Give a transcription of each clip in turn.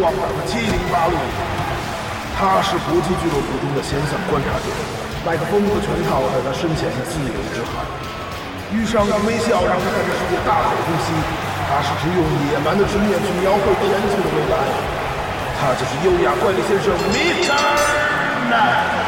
往返的七零八落。他是国际俱乐部中的闲散观察者，麦克风和拳套在他身前自由之海。遇上的微笑让他在这世界大口呼吸。他是只用野蛮的执念去描绘严肃的未来。他就是优雅怪力先生米尔奈。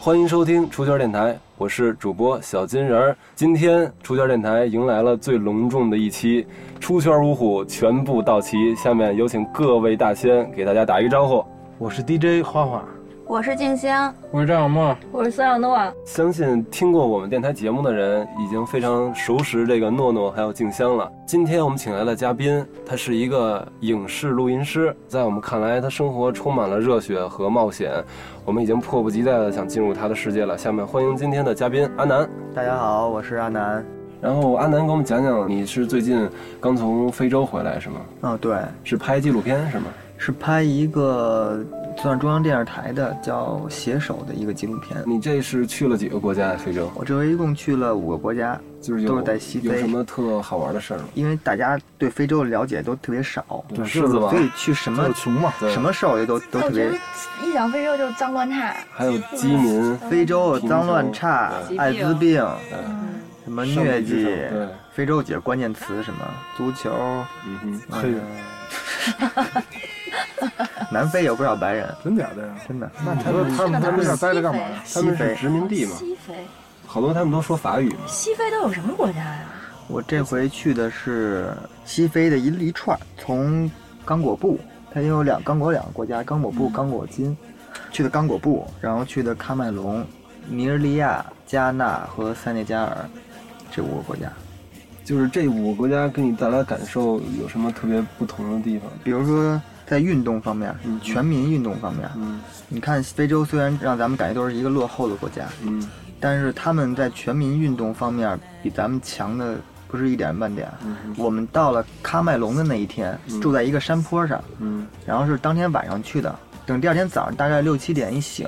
欢迎收听出圈电台，我是主播小金人儿。今天出圈电台迎来了最隆重的一期，出圈五虎全部到齐。下面有请各位大仙给大家打一个招呼。我是 DJ 花花，我是静香，我是张小沫，我是孙小诺。相信听过我们电台节目的人已经非常熟识这个诺诺还有静香了。今天我们请来的嘉宾，他是一个影视录音师，在我们看来，他生活充满了热血和冒险。我们已经迫不及待的想进入他的世界了。下面欢迎今天的嘉宾阿南。大家好，我是阿南。然后阿南给我们讲讲，你是最近刚从非洲回来是吗？啊、哦，对，是拍纪录片是吗？是拍一个算中央电视台的叫《携手》的一个纪录片。你这是去了几个国家呀？非洲？我这回一共去了五个国家，就是都是在西非。有什么特好玩的事儿吗？因为大家对非洲的了解都特别少，对就是吧所以去什么穷嘛，呃什么兽也都都特别。一想非洲就是脏乱差，还有饥民，非洲有脏乱差、艾滋病，嗯什么疟疾，对非洲有几个关键词，什么足球，嗯哼，黑人，南非有不少白人，真假的呀？真的。那他们他们他们在待着干嘛呀？他们是殖民地嘛，西非，好多他们都说法语嘛。西非都有什么国家呀？我这回去的是西非的一一串，从刚果布，它有两刚果两个国家，刚果布、刚果金，去的刚果布，然后去的喀麦隆、尼日利亚、加纳和塞内加尔这五个国家。就是这五个国家给你带来感受有什么特别不同的地方？比如说在运动方面，嗯全民运动方面，嗯你看非洲虽然让咱们感觉都是一个落后的国家，嗯但是他们在全民运动方面比咱们强的不是一点半点。嗯我们到了喀麦隆的那一天，住在一个山坡上，嗯然后是当天晚上去的，等第二天早上大概六七点一醒，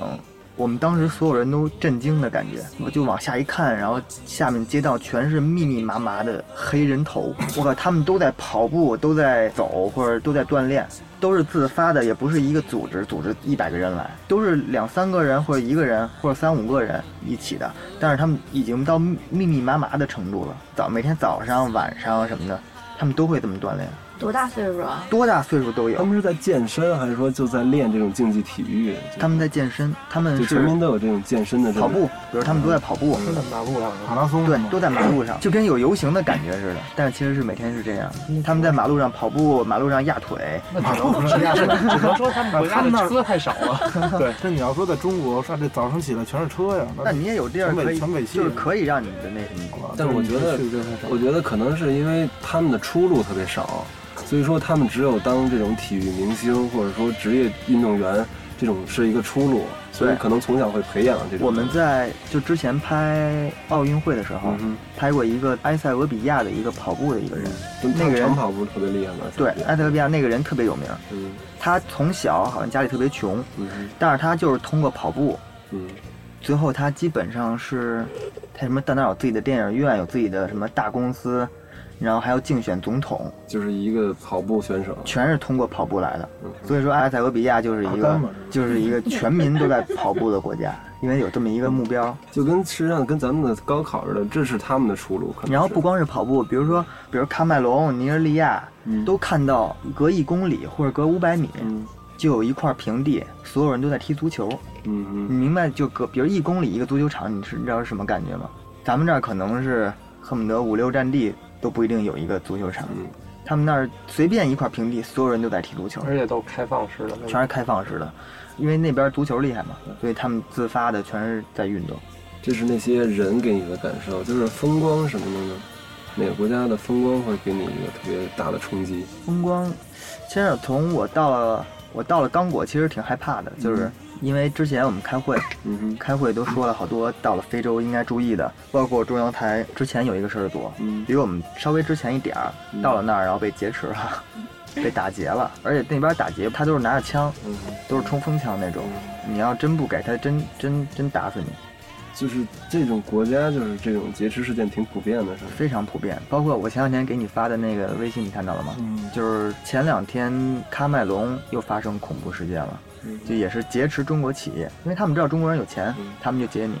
我们当时所有人都震惊的感觉，我就往下一看，然后下面街道全是密密麻麻的黑人头，我靠，他们都在跑步，都在走或者都在锻炼，都是自发的，也不是一个组织组织一百个人来，都是两三个人或者一个人或者三五个人一起的，但是他们已经到密密麻麻的程度了，早每天早上晚上什么的，他们都会这么锻炼，多大岁数啊？多大岁数都有他。们是在健身，还是说就在练这种竞技体育？就他们在健身，他们就是全民都有这种健身的这种跑步，比如他们都在跑步，都在马路上马拉松是对吗，都在马路上，就跟有游行的感觉似的。但是其实是每天是这样，嗯他们在马路上跑步，马路上压腿，马路上压着，只能说他们国家他们那的儿车太少了。对，这你要说在中国，上这早上起来全是车呀，那你也有地儿全可北以，全北汽就是可以让你的那什么。但是我觉得去这太少我觉得可能是因为他们的出路特别少，所以说他们只有当这种体育明星或者说职业运动员这种是一个出路，所以对可能从小会培养这种。我们在就之前拍奥运会的时候嗯，哼，拍过一个埃塞俄比亚的一个跑步的一个人，但他那个人长跑不是特别厉害吗？对，埃塞俄比亚那个人特别有名，嗯他从小好像家里特别穷，嗯哼但是他就是通过跑步，嗯，最后他基本上是，他什么到那儿有自己的电影院，有自己的什么大公司，然后还要竞选总统，就是一个跑步选手。全是通过跑步来的。嗯所以说，埃塞俄比亚就是一阿个甘嘛就是一个全民都在跑步的国家，因为有这么一个目标。就跟实际上跟咱们的高考似的，这是他们的出路。可能是然后不光是跑步，比如说，比如喀麦隆、尼日利亚，嗯都看到隔一公里或者隔五百米嗯就有一块平地，所有人都在踢足球。嗯你明白就隔，比如一公里一个足球场，你是你知道是什么感觉吗？咱们这儿可能是恨不得五六站地都不一定有一个足球场，嗯他们那儿随便一块平地，所有人都在踢足球，而且都开放式的，全是开放式的，因为那边足球厉害嘛，所以他们自发的全是在运动。这是那些人给你的感受，就是风光什么的呢？哪个国家的风光会给你一个特别大的冲击？风光，其实从我到了我到了刚果，其实挺害怕的，就是嗯因为之前我们开会，嗯哼，开会都说了好多到了非洲应该注意的，包括中央台之前有一个事儿组，嗯离我们稍微之前一点儿，到了那儿然后被劫持了， 被打劫了，而且那边打劫他都是拿着枪，都是冲锋枪那种，你要真不给他，真真真打死你，就是这种国家，就是这种劫持事件挺普遍的，是吧？非常普遍。包括我前两天给你发的那个微信，你看到了吗？嗯，就是前两天喀麦隆又发生恐怖事件了，就也是劫持中国企业，因为他们知道中国人有钱，他们就劫你。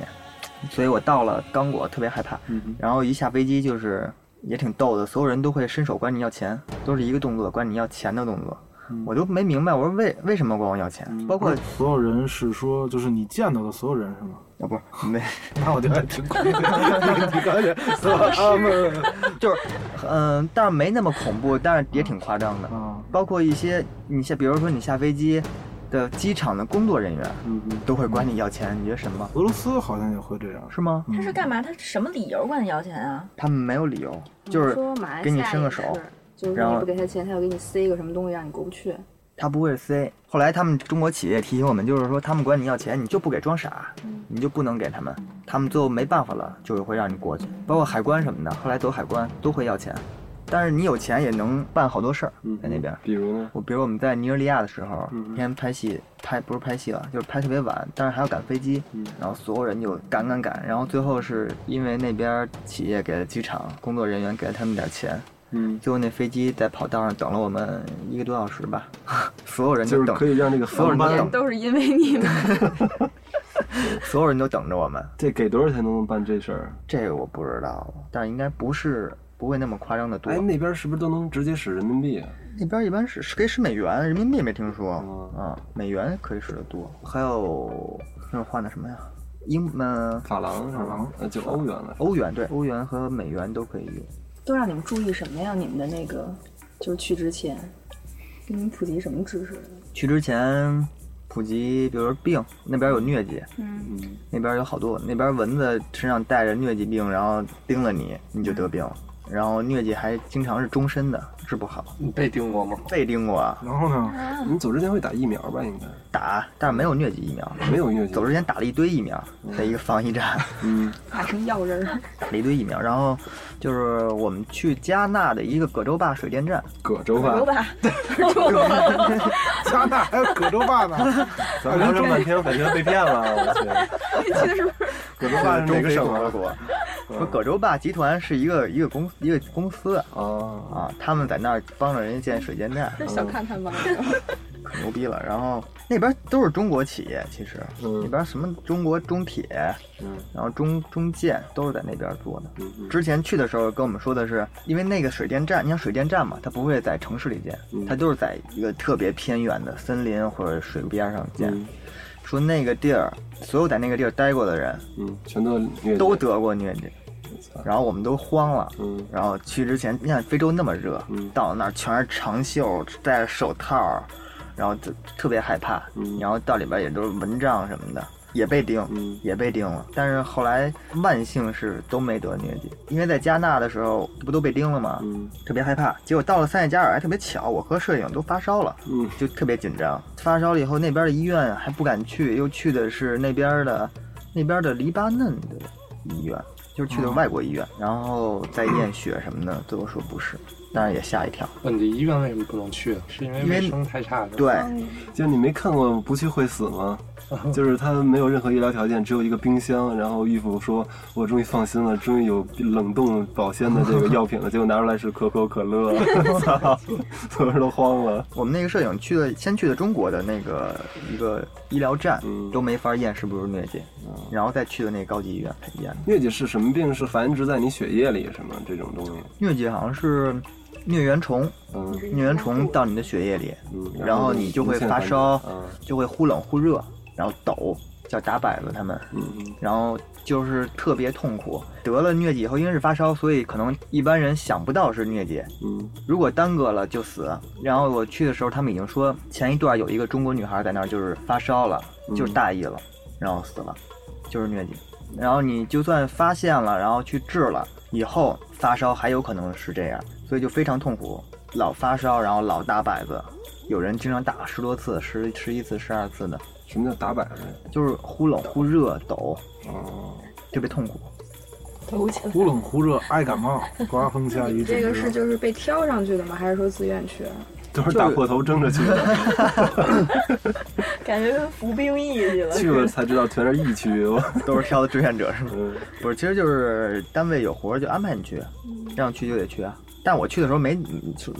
所以我到了刚果特别害怕，嗯然后一下飞机就是也挺逗的，所有人都会伸手管你要钱，都是一个动作，管你要钱的动作。我都没明白，我说为为什么管我要钱？包括所有人是说，就是你见到的所有人是 吗？啊不是没， 那我觉得还挺恐怖的，挺感觉他们就是嗯、但是没那么恐怖，但是也挺夸张的。啊，包括一些你下，比如说你下飞机的机场的工作人员嗯嗯，都会管你要钱，你觉得什么？俄罗斯好像也会这样，是吗？嗯他是干嘛？他什么理由管你要钱啊？他们没有理由，就是说马来西亚给你伸个手也是，就是然说后你不给他钱，他要给你塞一个什么东西让你过不去。他不会塞。后来他们中国企业提醒我们，就是说他们管你要钱，你就不给装傻，你就不能给他们。他们最后没办法了，就会让你过去，包括海关什么的。后来走海关都会要钱，但是你有钱也能办好多事儿嗯，在那边。比如呢？我比如我们在尼日利亚的时候，那天拍戏拍不是拍戏了，就是拍特别晚，但是还要赶飞机，嗯然后所有人就赶赶赶，然后最后是因为那边企业给了机场工作人员给了他们点钱，嗯，最后那飞机在跑道上等了我们一个多小时吧， 所有人就都是等，可以让这个所有航人都班，等，都是因为 你们，所有人都等着我们。这给多少钱能办这事儿？这个我不知道，但是应该不是不会那么夸张的多。哎，那边是不是都能直接使人民币啊？那边一般是是可以使美元，人民币没听说嗯啊，美元可以使得多。还有那是换的什么呀？英嗯、法郎是吧？呃，就欧元了。欧元对，欧元和美元都可以用。都让你们注意什么呀？你们的那个就是去之前，给你们普及什么知识？去之前普及，比如说病，那边有疟疾，嗯，那边有好多，那边蚊子身上带着疟疾病，然后叮了你，你就得病了。然后疟疾还经常是终身的，治不好。你被叮过吗？被叮过啊，然后呢，你走之前会打疫苗吧？应该打，但是没有疟疾疫苗。没有疟疾。走之前打了一堆疫苗，在一个防疫站嗯打成药人儿，打了一堆疫苗，然后就是我们去加纳的一个葛洲坝水电站，葛洲有吧， 吧？加拿大还有葛洲坝呢，咱们聊这么半天，感觉被骗了。我 去，去的是葛洲坝是哪个省共和啊？国？说葛洲坝集团是一个一个公一个公司哦，啊，他们在那儿帮着人家建水电站，小看看 吧。可牛逼了。然后那边都是中国企业，其实、嗯那边什么中国中铁，嗯然后中中建都是在那边做的。嗯嗯之前去的时候跟我们说的是，因为那个水电站，你像水电站嘛，它不会在城市里建，嗯它都是在一个特别偏远的森林或者水边上建。嗯说那个地儿，所有在那个地儿待过的人嗯，全都疟疾都得过疟疾，然后我们都慌了。嗯然后去之前，你看非洲那么热，嗯到了那儿全是长袖，戴着手套，然后就特别害怕，嗯然后到里边也都是蚊帐什么的，也被叮，嗯也被叮了。但是后来万幸是都没得疟疾，因为在加纳的时候不都被叮了吗？嗯特别害怕。结果到了塞内加尔还特别巧，我和摄影都发烧了，嗯就特别紧张。发烧了以后，那边的医院还不敢去，又去的是那边的那边的黎巴嫩的医院，就是去的哦外国医院，然后再验血什么的，最后说不是，当然也吓一跳。本地医院为什么不能去？是因为因为卫生太差了。，对，就是你没看过《不去会死》吗？就是他没有任何医疗条件，只有一个冰箱。然后孕妇说：“我终于放心了，终于有冷冻保鲜的这个药品了。”结果拿出来是可口可乐，操！所有人都慌了。我们那个摄影去的，先去的中国的那个一个医疗站，嗯都没法验是不是疟疾，然后再去的那个高级医院验的。疟疾是什么病？是繁殖在你血液里什么这种东西？疟疾好像是疟原虫，嗯疟原虫到你的血液里，嗯，然后你就会发烧嗯，就会忽冷忽热，然后抖，叫打摆子他们，嗯然后就是特别痛苦。得了疟疾以后，因为是发烧，所以可能一般人想不到是疟疾，嗯如果耽搁了就死。然后我去的时候，他们已经说前一段有一个中国女孩在那儿就是发烧了，就是大意了，然后死了，就是疟疾。然后你就算发现了，然后去治了以后，发烧还有可能是这样，所以就非常痛苦，老发烧，然后老打摆子，有人经常打十多次、十十一次、十二次的，什么叫打摆子？就是忽冷忽热、抖，哦，特别痛苦。忽冷忽热，爱感冒，刮风下雨，这个是就是被挑上去的吗？还是说自愿去？都是大破头争着去的，感觉跟服兵役去了。去了才知道全是疫区。我都是挑的志愿者是吗？嗯，不是，其实就是单位有活儿就安排你去，啊嗯让去就得去啊。但我去的时候没，嗯是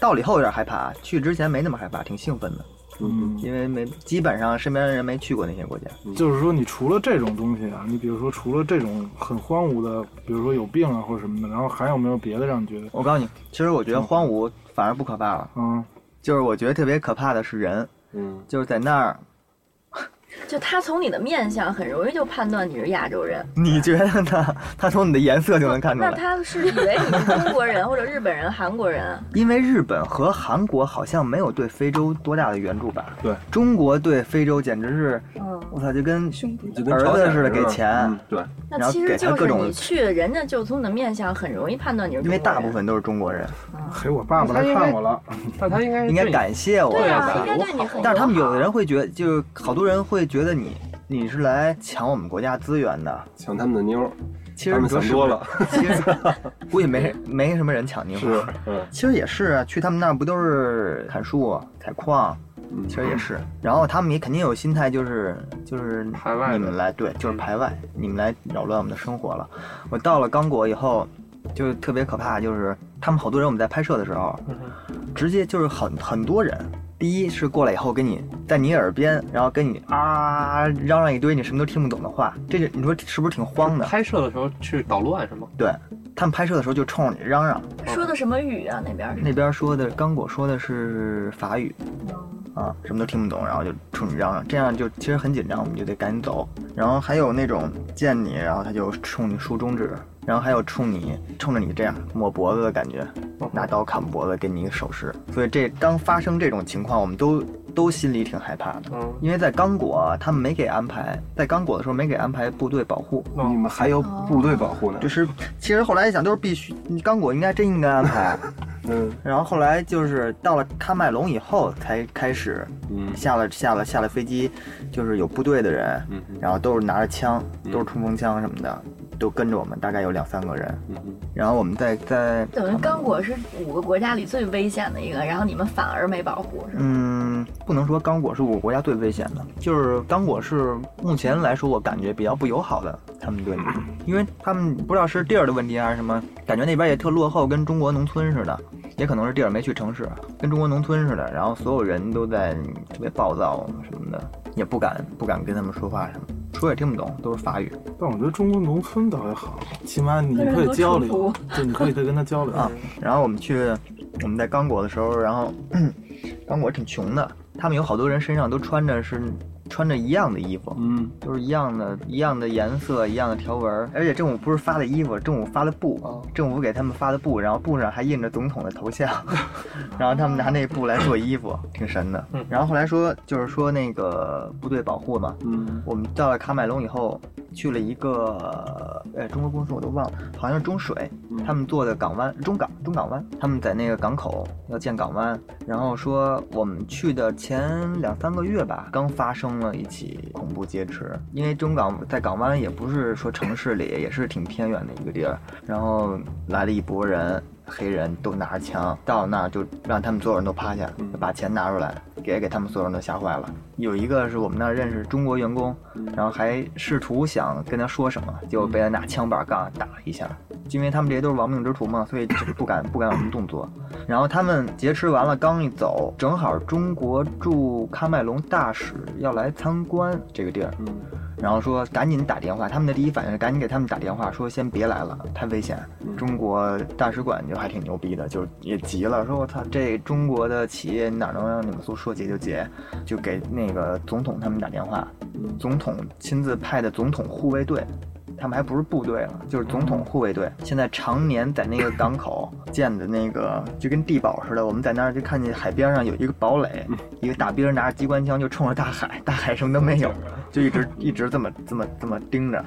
到了以后有点害怕，啊去之前没那么害怕，挺兴奋的，嗯因为没基本上身边的人没去过那些国家。就是说，你除了这种东西啊，你比如说除了这种很荒芜的，比如说有病啊或者什么的，然后还有没有别的让你觉得，我告诉你，其实我觉得嗯荒芜反而不可怕了，嗯，就是我觉得特别可怕的是人，嗯，就是在那儿，就他从你的面相很容易就判断你是亚洲人，你觉得呢？ 他从你的颜色就能看出那来。他是以为你是中国人或者日本人、韩国人，因为日本和韩国好像没有对非洲多大的援助吧？对，中国对非洲简直是，嗯，我操，就跟兄弟，就跟朝鲜儿子似的是吧给钱嗯对，然那后其实给他就各是种你去，人家就从你的面相很容易判断你是中因国为人。大部分都是中国人，嘿，我爸爸来看我了，那他应该应该对你感谢我。对对啊，啊应该对你很友好。但是他们有的人会觉得，就是好多人会觉得你你是来抢我们国家资源的。抢他们的妞儿，其他实们你说想是多不是了，，其实 估计没没什么人抢您。是，嗯其实也是啊，去他们那儿不都是砍树、采矿？嗯其实也是，然后他们也肯定有心态，就是就是排外的嗯你们来对，就是排外，你们来扰乱我们的生活了。我到了刚果以后，就是特别可怕，就是他们好多人我们在拍摄的时候，嗯直接就是很很多人。第一是过来以后跟你在你耳边，然后跟你啊嚷嚷一堆你什么都听不懂的话，这就你说是不是挺慌的？拍摄的时候去捣乱是吗？对他们拍摄的时候就冲着你嚷嚷，说的什么语啊？那边儿是那边说的刚果说的是法语，啊，什么都听不懂，然后就冲你嚷嚷，这样就其实很紧张，我们就得赶紧走。然后还有那种见你，然后他就冲你竖中指，然后还有冲你冲着你这样抹脖子的感觉，拿刀砍脖子给你一个手势。所以这当发生这种情况，我们都都心里挺害怕的，嗯，因为在刚果他们没给安排，在刚果的时候没给安排部队保护，你哦们还有部队保护呢就，是其实后来一想都是必须，刚果应该真应该安排。嗯然后后来就是到了喀麦隆以后，才开始嗯下了下了下了飞机，就是有部队的人，嗯然后都是拿着枪，都是冲锋枪什么的，都跟着我们，大概有两三个人。嗯嗯，然后我们在在等于刚果是五个国家里最危险的一个，然后你们反而没保护，是吗？嗯，不能说刚果是我国家最危险的，就是刚果是目前来说我感觉比较不友好的，他们对你，因为他们不知道是地儿的问题还是什么，感觉那边也特落后，跟中国农村似的，也可能是地儿没去城市，跟中国农村似的，然后所有人都在特别暴躁什么的，也不敢不敢跟他们说话什么，说也听不懂，都是法语但我觉得中国农村倒还好，起码你可以交流，就你可以可以跟他交流啊。然后我们去我们在刚果的时候，然后 刚果挺穷的，他们有好多人身上都穿着是穿着一样的衣服，嗯，都是一样的，一样的颜色，一样的条纹儿，而且政府不是发的衣服，政府发的布，政府给他们发的布，然后布上还印着总统的头像， 然后他们拿那布来做衣服，挺神的。然后后来说，就是说那个部队保护嘛，嗯，我们到了喀麦隆以后，去了一个呃中国公司我都忘了，好像是中水，他们做的港湾中港中港湾，他们在那个港口要建港湾，然后说我们去的前两三个月吧，刚发生了一起恐怖劫持，因为中港在港湾也不是说城市里，也是挺偏远的一个地儿，然后来了一拨人。黑人都拿着枪到那儿就让他们所有人都趴下，把钱拿出来，给给他们所有人都吓坏了。有一个是我们那儿认识中国员工，然后还试图想跟他说什么，结果被他拿枪板杠打了一下。因为他们这些都是亡命之徒嘛，所以就是不敢不敢有什么动作。然后他们劫持完了，刚一走，正好中国驻喀麦隆大使要来参观这个地儿，嗯，然后说赶紧打电话。他们的第一反应是赶紧给他们打电话，说先别来了，太危险。中国大使馆就还挺牛逼的，就是也急了，说我操，这中国的企业哪能让你们说说劫就劫？就给那个总统他们打电话，总统亲自派的总统护卫队，他们还不是部队了，就是总统护卫队。现在常年在那个港口建的那个就跟地堡似的，我们在那儿就看见海边上有一个堡垒，一个大兵拿着机关枪就冲着大海，大海什么都没有，就一直一直这么这么这么盯着。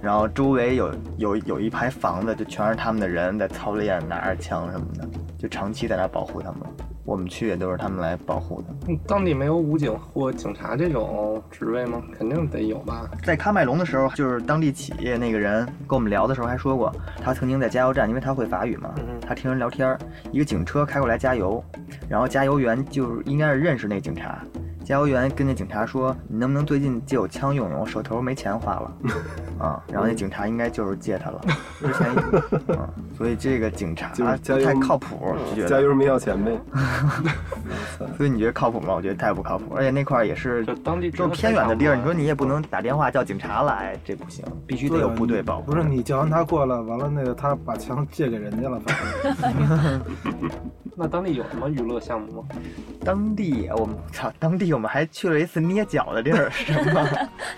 然后周围有有有一排房子，就全是他们的人在操练，拿着枪什么的，就长期在那儿保护他们。我们去也都是他们来保护的。嗯当地没有武警或警察这种职位吗？肯定得有吧。在喀麦隆的时候，就是当地企业那个人跟我们聊的时候还说过，他曾经在加油站，因为他会法语嘛嗯，他听人聊天儿，一个警车开过来加油，然后加油员就是应该是认识那警察，加油员跟那警察说：“你能不能最近借我枪用用？我手头没钱 花了。”啊，然后那警察应该就是借他了，之前， 啊，所以这个警察就是加不油太靠谱，就觉加得，油没要钱 呗。所以你觉得靠谱吗？我觉得太不靠谱，而且那块儿也是就当地这么偏远的地儿，你说你也不能打电话叫警察来，这不行，必须得有部队保护。不是你叫完他过来，完了那个他把枪借给人家了，反正那当地有什么娱乐项目吗？当地，我们操，当地我们还去了一次捏脚的地儿，是吗？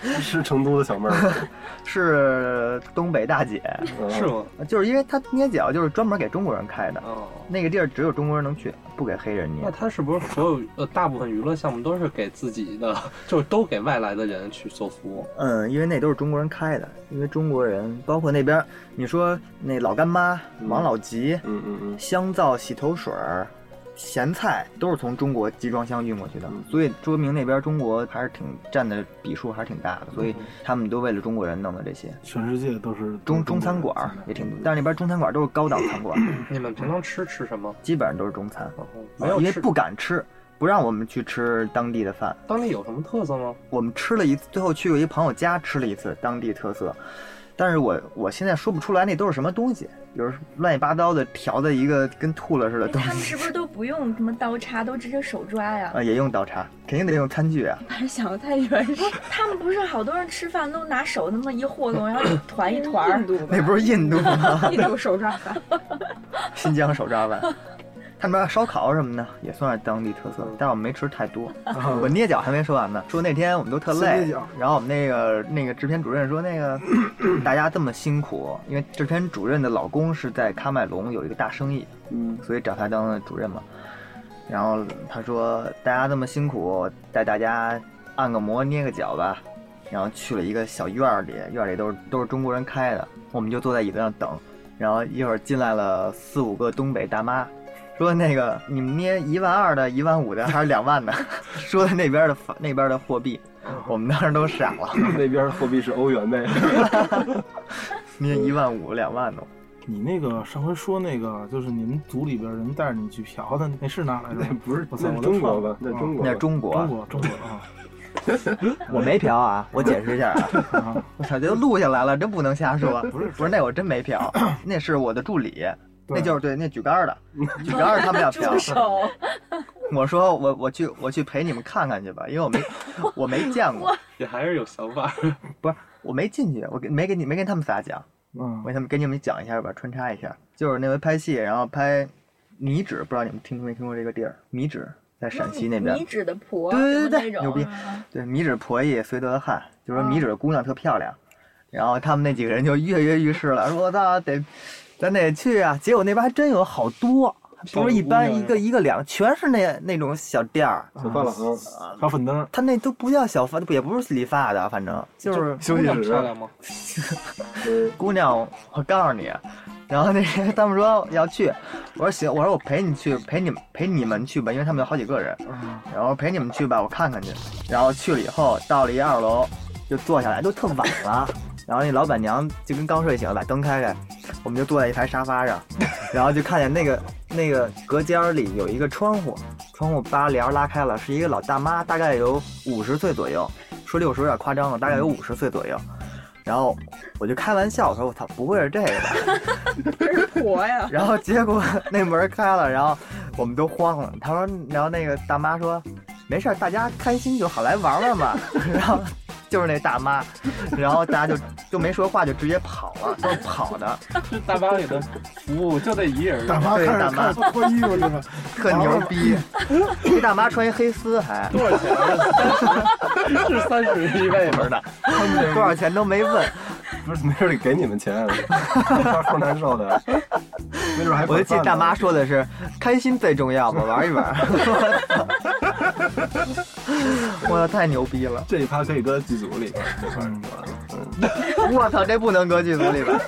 是成都的小妹儿吗，是东北大姐，呃嗯是吗？就是因为她捏脚就是专门给中国人开的，哦，那个地儿只有中国人能去，不给黑人那捏。他是不是所有呃大部分娱乐项目都是给自己的，就是都给外来的人去做服务？嗯，因为那都是中国人开的，因为中国人包括那边，你说那老干妈、王老吉、嗯嗯嗯，香皂、洗头水儿、咸菜都是从中国集装箱运过去的，嗯所以说明那边中国还是挺占的比数还是挺大的，所以嗯他们都为了中国人弄的这些。全世界都是中中餐馆儿也嗯挺多，但是那边中餐馆儿都是高档餐馆儿，你们平常吃吃什么？基本上都是中餐，哦没有因为吃不敢吃，不让我们去吃当地的饭。当地有什么特色吗？我们吃了一次，最后去过一朋友家吃了一次当地特色，但是我我现在说不出来那都是什么东西，就是乱七八糟的调的一个跟吐了似的东他们西是不是都不用什么刀叉，都直接手抓 呀？啊，也用刀叉，肯定得用餐具啊。还是想的太原始，他们不是好多人吃饭都拿手那么一和弄，然后一团一团 印儿。度吧那不是印 度吗？ 印度手 抓饭，新疆手抓饭。他们那烧烤什么的也算是当地特色，但是我们没吃太 多。我捏脚还没说完呢，说那天我们都特先累捏脚，然后我们那个那个制片主任说，那 个大家这么辛苦，因为制片主任的老公是在喀麦隆有一个大生意，嗯，所以找他当主任嘛。然后他说大家这么辛苦，带大家按个摩、捏个脚吧。然后去了一个小院儿里，院儿里都是都是中国人开的，我们就坐在椅子上等。然后一会儿进来了四五个东北大妈，说那个你们捏一万二的、一万五的还是两万的， 说的那边的法那边的货币，我们当时都傻了，嗯那边货币是欧元 呗。捏一万五、两万的。你那个上回说那个，就是你们组里边人带着你去嫖的，那是哪来着？不是，我操，那是我中国吧那是中国，国那是中啊国，中国，中国啊！我没嫖啊，我解释一下啊。 啊，我操，这都录下来了，真不能瞎说。不是不是，那我真没 嫖，那是我的助理，对那就是对那举杆儿 的，举杆儿他们 俩嫖。手我说我我去我去陪你们看看去吧，因为我没我没见过，也还是有想法。不是我没进去，我给没给你没跟他们仨讲，嗯我，给他们给你们讲一下吧，穿插一下，就是那回拍戏，然后拍米脂，不知道你们听没听过这个地儿，米脂在陕西那边。你指的婆，什对对么对那对种牛逼嗯对，米脂婆姨绥德汉，就说米脂姑娘特漂亮，然后他们那几个人就跃跃欲试了，说我操得，咱得去啊！结果那边还真有好多，不是一般一个一个两，全是那那种小店儿，啊小发廊，小粉灯，他那都不叫小发，也不是理发的，反正就是 休息那么漂室，亮吗？姑娘，我告诉你。然后那个他们说要去，我说行，我说我陪你去，陪你们陪你们去吧，因为他们有好几个人，然后陪你们去吧，我看看去。然后去了以后，到了一二楼就坐下来，都特晚了。然后那老板娘就跟刚睡醒，把灯开开，我们就坐在一排沙发上，然后就看见那个那个隔间儿里有一个窗户，窗户把帘儿拉开了，是一个老大妈，大概有五十岁左右，说六十有点夸张了，大概有五十岁左右。然后我就开玩笑，我说我操，不会是这个 吧？婆呀，然后结果那门开了，然后我们都慌了。他说，然后那个大妈说，没事儿，大家开心就好，来玩玩 嘛。然后就是那大妈，然后大家就就没说话，就直接跑了，都是跑的，这大巴里的服务就那一人大妈对看着大妈看着脱衣服去了，特牛逼。那大妈穿一黑丝还。多少钱 啊？是三十一位不吗？知道多少钱都没问，不是没事得给你们钱，啊发齁难受的，没准还我就记管饭呢得大妈说的是开心最重要嘛，玩一玩。我操，太牛逼了！这一趴可以搁剧组里边儿，嗯我操，这不能搁剧组里边。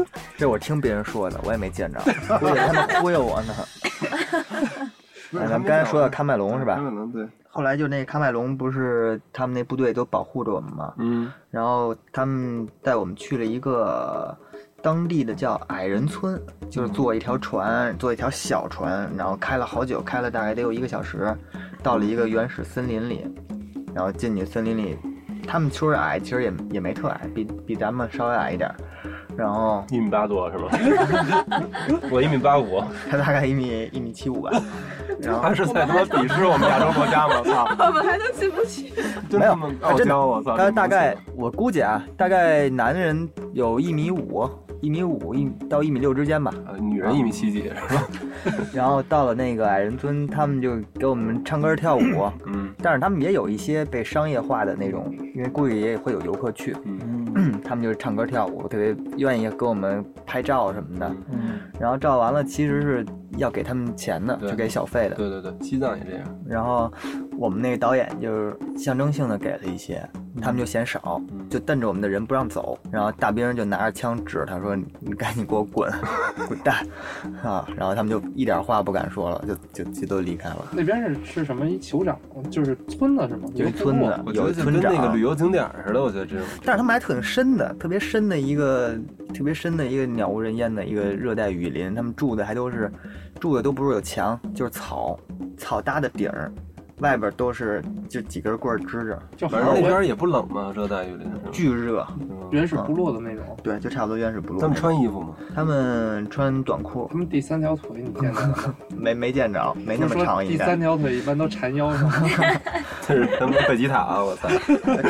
这我听别人说的，我也没见着，估计他们忽悠我呢。那哎还咱们没刚才讲说到呢喀麦隆是吧喀麦隆对，后来就那喀麦隆不是他们那部队都保护着我们吗？嗯，然后他们带我们去了一个当地的叫矮人村，就是坐一嗯条船，坐一条小船，然后开了好久，开了大概得有一个小时，到了一个原始森林里，然后进去森林里，他们说是矮，其实也也没特矮，比比咱们稍微矮一点儿，然后 一米八多是吧？我一米八五，他大概一米一米七五吧，然后他是在他妈鄙视我们亚洲国家吗？操，我们还能进不去？真没有他妈他傲真的娇，我啊操！他真大不行概我估计啊，大概男人有一米五、一米五一到一米六之间吧。呃女人一米七几，然后到了那个矮人村，他们就给我们唱歌跳舞，嗯但是他们也有一些被商业化的那种，因为估计也会有游客去，嗯，嗯 他们就是唱歌跳舞，特别愿意给我们拍照什么的。嗯，然后照完了，其实是要给他们钱的，对是给小费的。对对对，西藏也这样，然后我们那个导演就是象征性的给了一些，他们就嫌少，嗯就瞪着我们的人不让走。然后大兵就拿着枪指着他说：“你你赶紧给我 滚，滚蛋！”啊，然后他们就一点话不敢说了，就就就都离开了。那边是是什么一酋长，就是村子是吗？就是一个部村落子我觉有得一就村跟那个长旅游景点儿似的，我觉得这种。但是他们还挺深的，特别深的一个，特别深的一个鸟无人烟的一个热带雨林。他们住的还都是，住的都不是有墙，就是草，草搭的顶儿，外边都是就几根棍儿支着，就好反正像那原边也不冷嘛，热带雨林是吧巨热。嗯啊原始部落的那种。对，就差不多原始部落。他们穿衣服吗？他们穿短裤他，们第三条腿你见到了吗？没没见着， 没那么就说长，第应三 该。条腿一般都缠腰上。 这是他们贝吉塔啊！我操！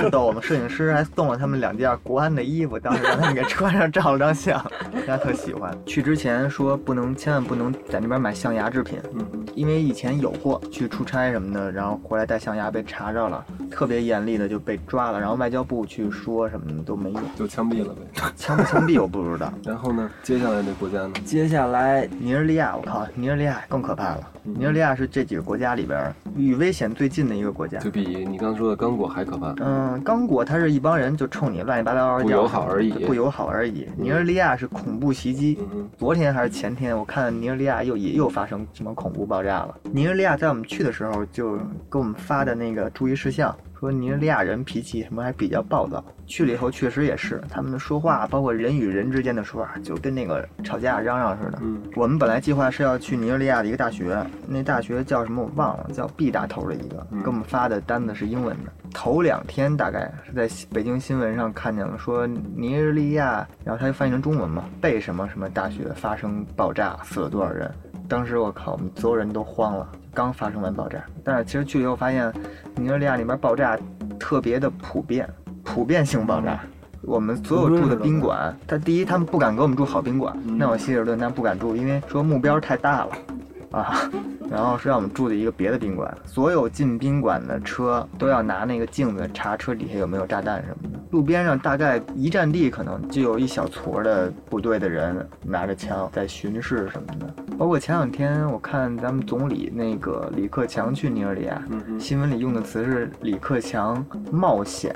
就逗我们摄影师还送了他们两件国安的衣服，当时让他们给穿上照了张相，人家特喜欢。去之前说不能，千万不能在那边买象牙制品，嗯，因为以前有过去出差什么的，然后回来带象牙被查着了，特别严厉的就被抓了，然后外交部去说什么的都没用，就枪毙了呗。枪不枪毙我不知道。然后呢，接下来那国家呢？接下来，尼日利亚，我靠，尼日利亚更可怕了。尼日利亚是这几个国家里边儿与危险最近的一个国家。就比你刚说的刚果还可怕。嗯，刚果它是一帮人就冲你乱七八糟的不叫友好嗯而已不友好而已。尼日利亚是恐怖袭击，嗯昨天还是前天，我看尼日利亚又也又发生什么恐怖爆炸了。尼日利亚在我们去的时候就给我们发的那个注意事项，说尼日利亚人脾气什么还比较暴躁。去了以后确实也是，他们的说话，包括人与人之间的说话，就跟那个吵架嚷嚷似的。嗯我们本来计划是要去尼日利亚的一个大学，那大学叫什么我忘了，叫 B 打头的一个嗯，给我们发的单子是英文的。头两天大概是在北京新闻上看见了，说尼日利亚，然后它就翻译成中文嘛，被什么什么大学发生爆炸，死了多少人。当时我靠，我们所有人都慌了，刚发生完爆炸。但是其实去了以后发现，尼日利亚那边爆炸特别的普遍，普遍性爆炸。我们所有住的宾馆，他第一他们不敢给我们住好宾馆，嗯那我希尔顿他不敢住，因为说目标太大了，啊，然后是让我们住的一个别的宾馆，所有进宾馆的车都要拿那个镜子查车底下有没有炸弹什么的。路边上大概一站地可能就有一小撮的部队的人拿着枪在巡视什么的，包括前两天我看咱们总理那个李克强去尼日利亚，嗯嗯，新闻里用的词是李克强冒险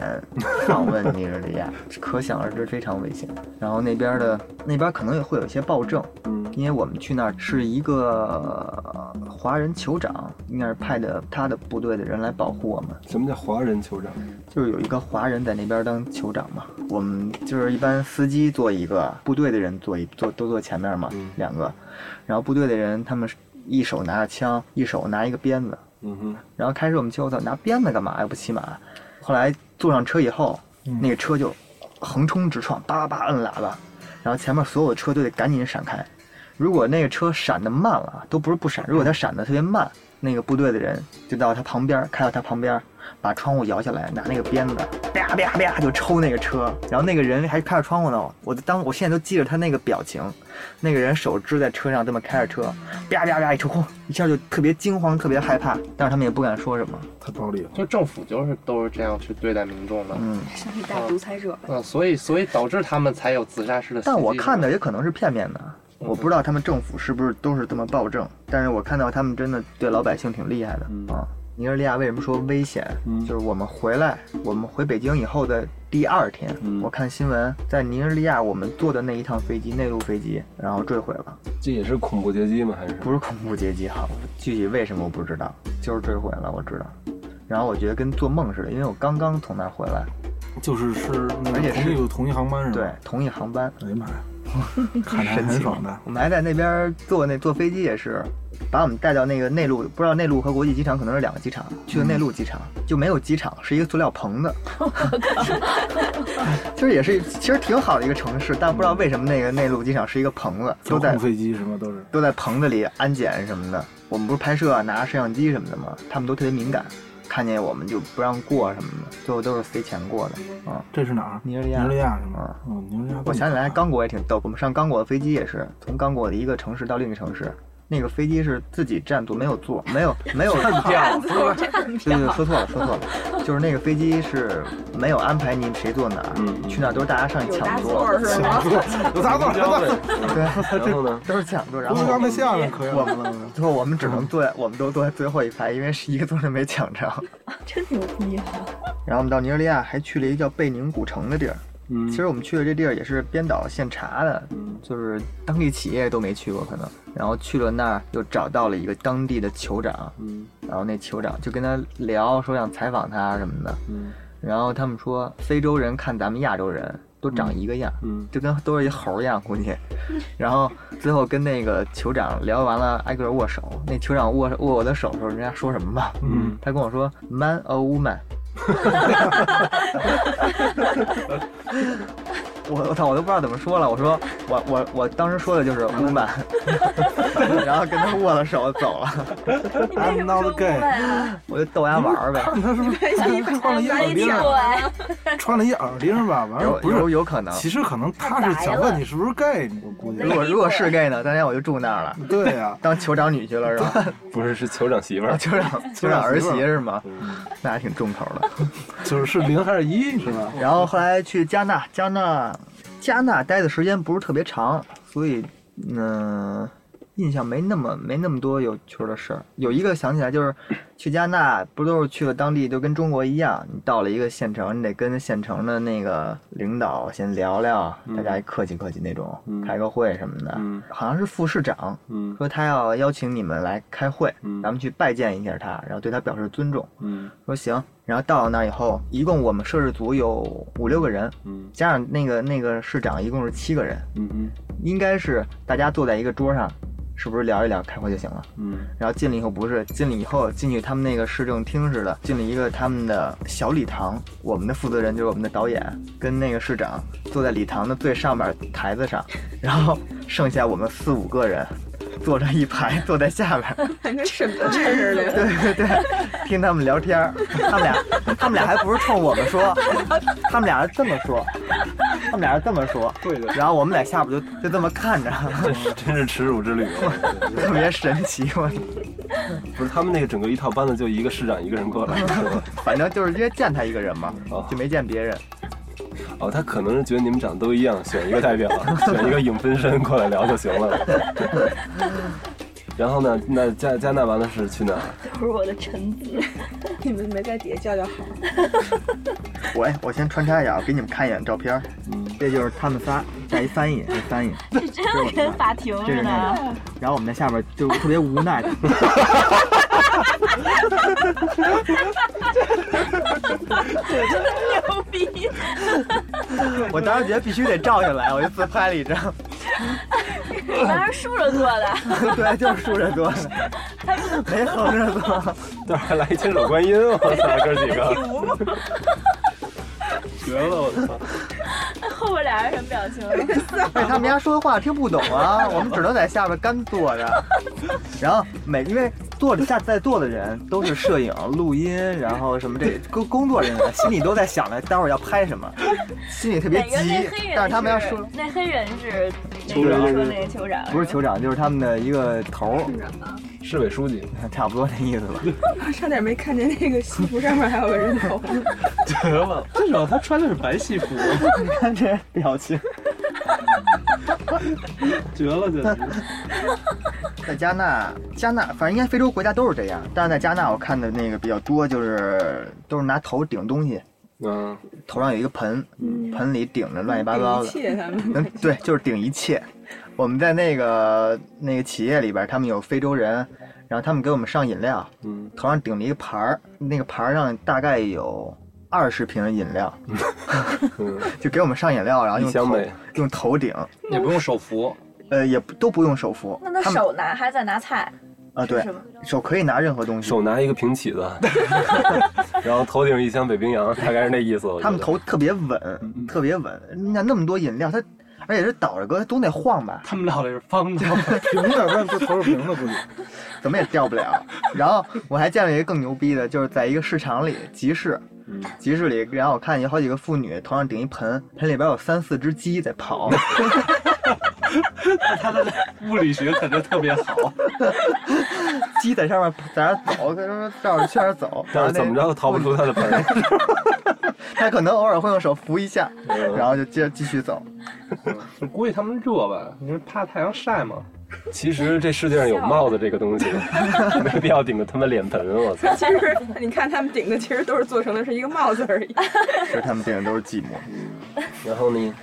访问尼日利亚，啊可想而知非常危险。然后那边的那边可能也会有一些暴政，嗯因为我们去那儿是一个呃华人酋长，应该是派的他的部队的人来保护我们，什么叫华人酋长？就是有一个华人在那边当酋长嘛。我们就是一般司机坐一个，部队的人坐一坐都坐前面嘛嗯，两个，然后部队的人他们是一手拿着枪，一手拿一个鞭子。嗯哼，然后开始我们就我操拿鞭子干嘛呀？哎不骑马。后来坐上车以后，嗯那个车就横冲直撞，叭叭叭摁喇叭，然后前面所有的车都得赶紧闪开。如果那个车闪的慢了，都不是不闪，如果他闪的特别慢，那个部队的人就到他旁边，开到他旁边，把窗户摇下来，拿那个鞭子，啪啪啪就抽那个车。然后那个人还开着窗户呢，我当我现在都记着他那个表情，那个人手支在车上这么开着车，啪啪啪一抽空，一下就特别惊慌，特别害怕，但是他们也不敢说什么。太暴力了。就政府就是都是这样去对待民众的，嗯，像是大独裁者吧？嗯，所以所以导致他们才有自杀式的袭击。但我看的也可能是片面的，嗯我不知道他们政府是不是都是这么暴政，但是我看到他们真的对老百姓挺厉害的、嗯啊。尼日利亚为什么说危险？嗯就是我们回来，我们回北京以后的第二天，嗯我看新闻，在尼日利亚我们坐的那一趟飞机，内陆飞机，然后坠毁了，这也是恐怖劫机吗？还是不是恐怖劫机哈， 具体为什么我不知道，就是坠毁了，我知道。然后我觉得跟做梦似的，因为我刚刚从那儿回来，就是是那而个且同一是个同一航班是吧？对，同一航班，哎呀妈呀，看着还神很奇爽的。我们还在那边坐那坐飞机也是，把我们带到那个内陆，不知道内陆和国际机场可能是两个机场，去的内嗯陆机场、就没有机场，是一个塑料棚 子，就是也是其实挺好的一个城市，但不知道为什么那个内陆机场是一个棚子，遥都在控飞机什么都是，都在棚子里安检什么的。我们不是拍摄、啊、拿摄像机什么的吗？他们都特别敏感，看见我们就不让过什么的，最后都是飞前过的啊。这是哪儿？尼日利尼亚日利亚是吗啊？嗯，尼日利亚。我想起来，，刚果也挺逗。我们上刚果的飞机也是从刚果的一个城市到另一个城市，那个飞机是自己占座，没有座，没有没有站票，不是不是，对对，说错了说错了，就是那个飞机是没有安排你谁坐哪儿，嗯去哪儿都是大家上去有搭抢座座，儿是吗？有啥座？交有呗？对，嗯 然后呢？都是抢座，然不是后我刚才们相声可以我们最后我们只能坐在，我们都坐在最后一排，因为是一个座位没抢着。真牛 逼啊！然后我们到尼日利亚还去了一个叫贝宁古城的地儿。嗯其实我们去的这地儿也是编导现查的，就是当地企业都没去过可能。然后去了那儿，又找到了一个当地的酋长，嗯然后那酋长就跟他聊，说想采访他什么的。嗯然后他们说，非洲人看咱们亚洲人都长一个样，嗯就跟都是一猴儿样，估计。然后最后跟那个酋长聊完了，挨个儿握手。那酋长握握我的手的时候，人家说什么吧？嗯，他跟我说 “man or woman”。我我操，我都不知道怎么说了。我说我我我当时说的就是嗯 woman，然后 跟他握了手走了， I'm not gay。对，我就逗他玩 儿呗。他是不哎 是穿了一耳钉儿？啊穿了一耳钉儿吧？完了有不有是，有可能，其实可能他是想问你是不是 gay，我估计如。果如 果是 gay 呢，当天我就住那儿了，对呀，当酋长女去了是吧？ 啊不是，是酋长媳妇儿。酋长酋长儿媳是吗？嗯那还挺重口的。就是是零还是一是吧？然后后来去加纳，加纳，加纳待的时间不是特别长，所以嗯、印象没那么没那么多有趣儿的事儿。有一个想起来就是，去加纳不都是去了当地，就跟中国一样，你到了一个县城，你得跟县城的那个领导先聊聊，大家客气客气那种，开个会什么的。嗯好像是副市长嗯说他要邀请你们来开会，嗯咱们去拜见一下他，然后对他表示尊重。嗯说行，然后到了那儿以后，一共我们摄制组有五六个人，嗯加上那个那个市长一共是七个人，嗯应该是大家坐在一个桌上，是不是聊一聊开会就行了？嗯然后进了以后不是进了以后进去他们那个市政厅似的，进了一个他们的小礼堂，我们的负责人就是我们的导演跟那个市长坐在礼堂的最上面台子上，然后剩下我们四五个人坐着一排坐在下面。跟什么事儿的？对对对，听他们聊天儿，他们俩，他们俩还不是冲我们说，他们俩是这么说，他们俩是这么说，对的。然后我们俩下巴就就这么看着，这是真是耻辱之旅啊。我觉得特别神奇。我 不是他们那个整个一套班子就一个市长一个人过来，是吧？反正就是因为见他一个人嘛哦，就没见别人。哦，他可能是觉得你们长得都一样，选一个代 表，选一个影分身过来聊就行了。然后呢？那加加纳完了是去哪儿？都是我的臣 子。你们没在底下叫叫好？我我先穿插一下，我给你们看一眼照片儿。这就是他们仨带一翻译，这翻译，这真要跟法庭这似是那的。个。然后我们在下边就特别无 奈的。牛 逼！我当时觉得必须得照下来，我就自拍了一张。 你们还是竖着坐的，对，就是竖着 坐的，没横着坐。这还来一千手观音，我操，哥几个！绝了！我操！后边俩人什么表情？ 对他们家说的话听不懂啊，我们只能在下边干坐着。然后每因为坐着下在座的人都是摄影、录音，然后什么这工工作人员，心里都在想着待会儿要拍什么，心里特别哪急个那黑人？但是他们要说。那黑人是那酋长个说那个酋长，不是酋长，就是他们的一个头市委书记，儿，差不多那意思吧。差点没看见那个西服上面还有个 人头。绝了！至少哦他穿的是白西服，你看这表情，绝了！简直！ 在加纳，加纳反正应该非洲国家都是这样，但是在加纳我看的那个比较多，就是都是拿头顶东西，嗯，头上有一个盆，盆里嗯顶着乱七八糟一的，切他们嗯，对，就是顶一切。我们在那个那个企业里边，他们有非洲人，然后他们给我们上饮料，嗯，头上顶着一个盘儿，那个盘儿上大概有二十瓶饮料， 嗯就给我们上饮料，然后一用箱头呗用头顶，也不用手扶，呃，也不都不用手扶，那他他们手拿还在拿菜，啊对是吗，手可以拿任何东西手，拿一个平起子， 然后头顶一箱北冰洋，大概是那意思。我觉得他们头特别嗯稳，特别稳。那那么多饮料，它而且是倒着搁，它总得晃吧，他们脑袋是方的，平的，但不头是平的，估计。怎么也掉不了。然后我还见了一个更牛逼的，就是在一个市场里集市，嗯集市里，然后我看有好几个妇女头上顶一盆，盆里边有三四只鸡在 跑，他的物理学肯定特别好。鸡在上面在那儿走，在那儿绕着圈 儿走，但是怎么然着后都逃不出他的盆儿。 那，他可能偶尔会用手扶一下，嗯然后就接着继续走。就估计他们热吧，你说怕太阳晒嘛。其实这世界上有帽子这个东西， 没必要顶着他们脸盆。我操！ 其实你看他们顶的其实都是做成的是一个帽子而已。其实他们顶的都是寂寞。然后呢？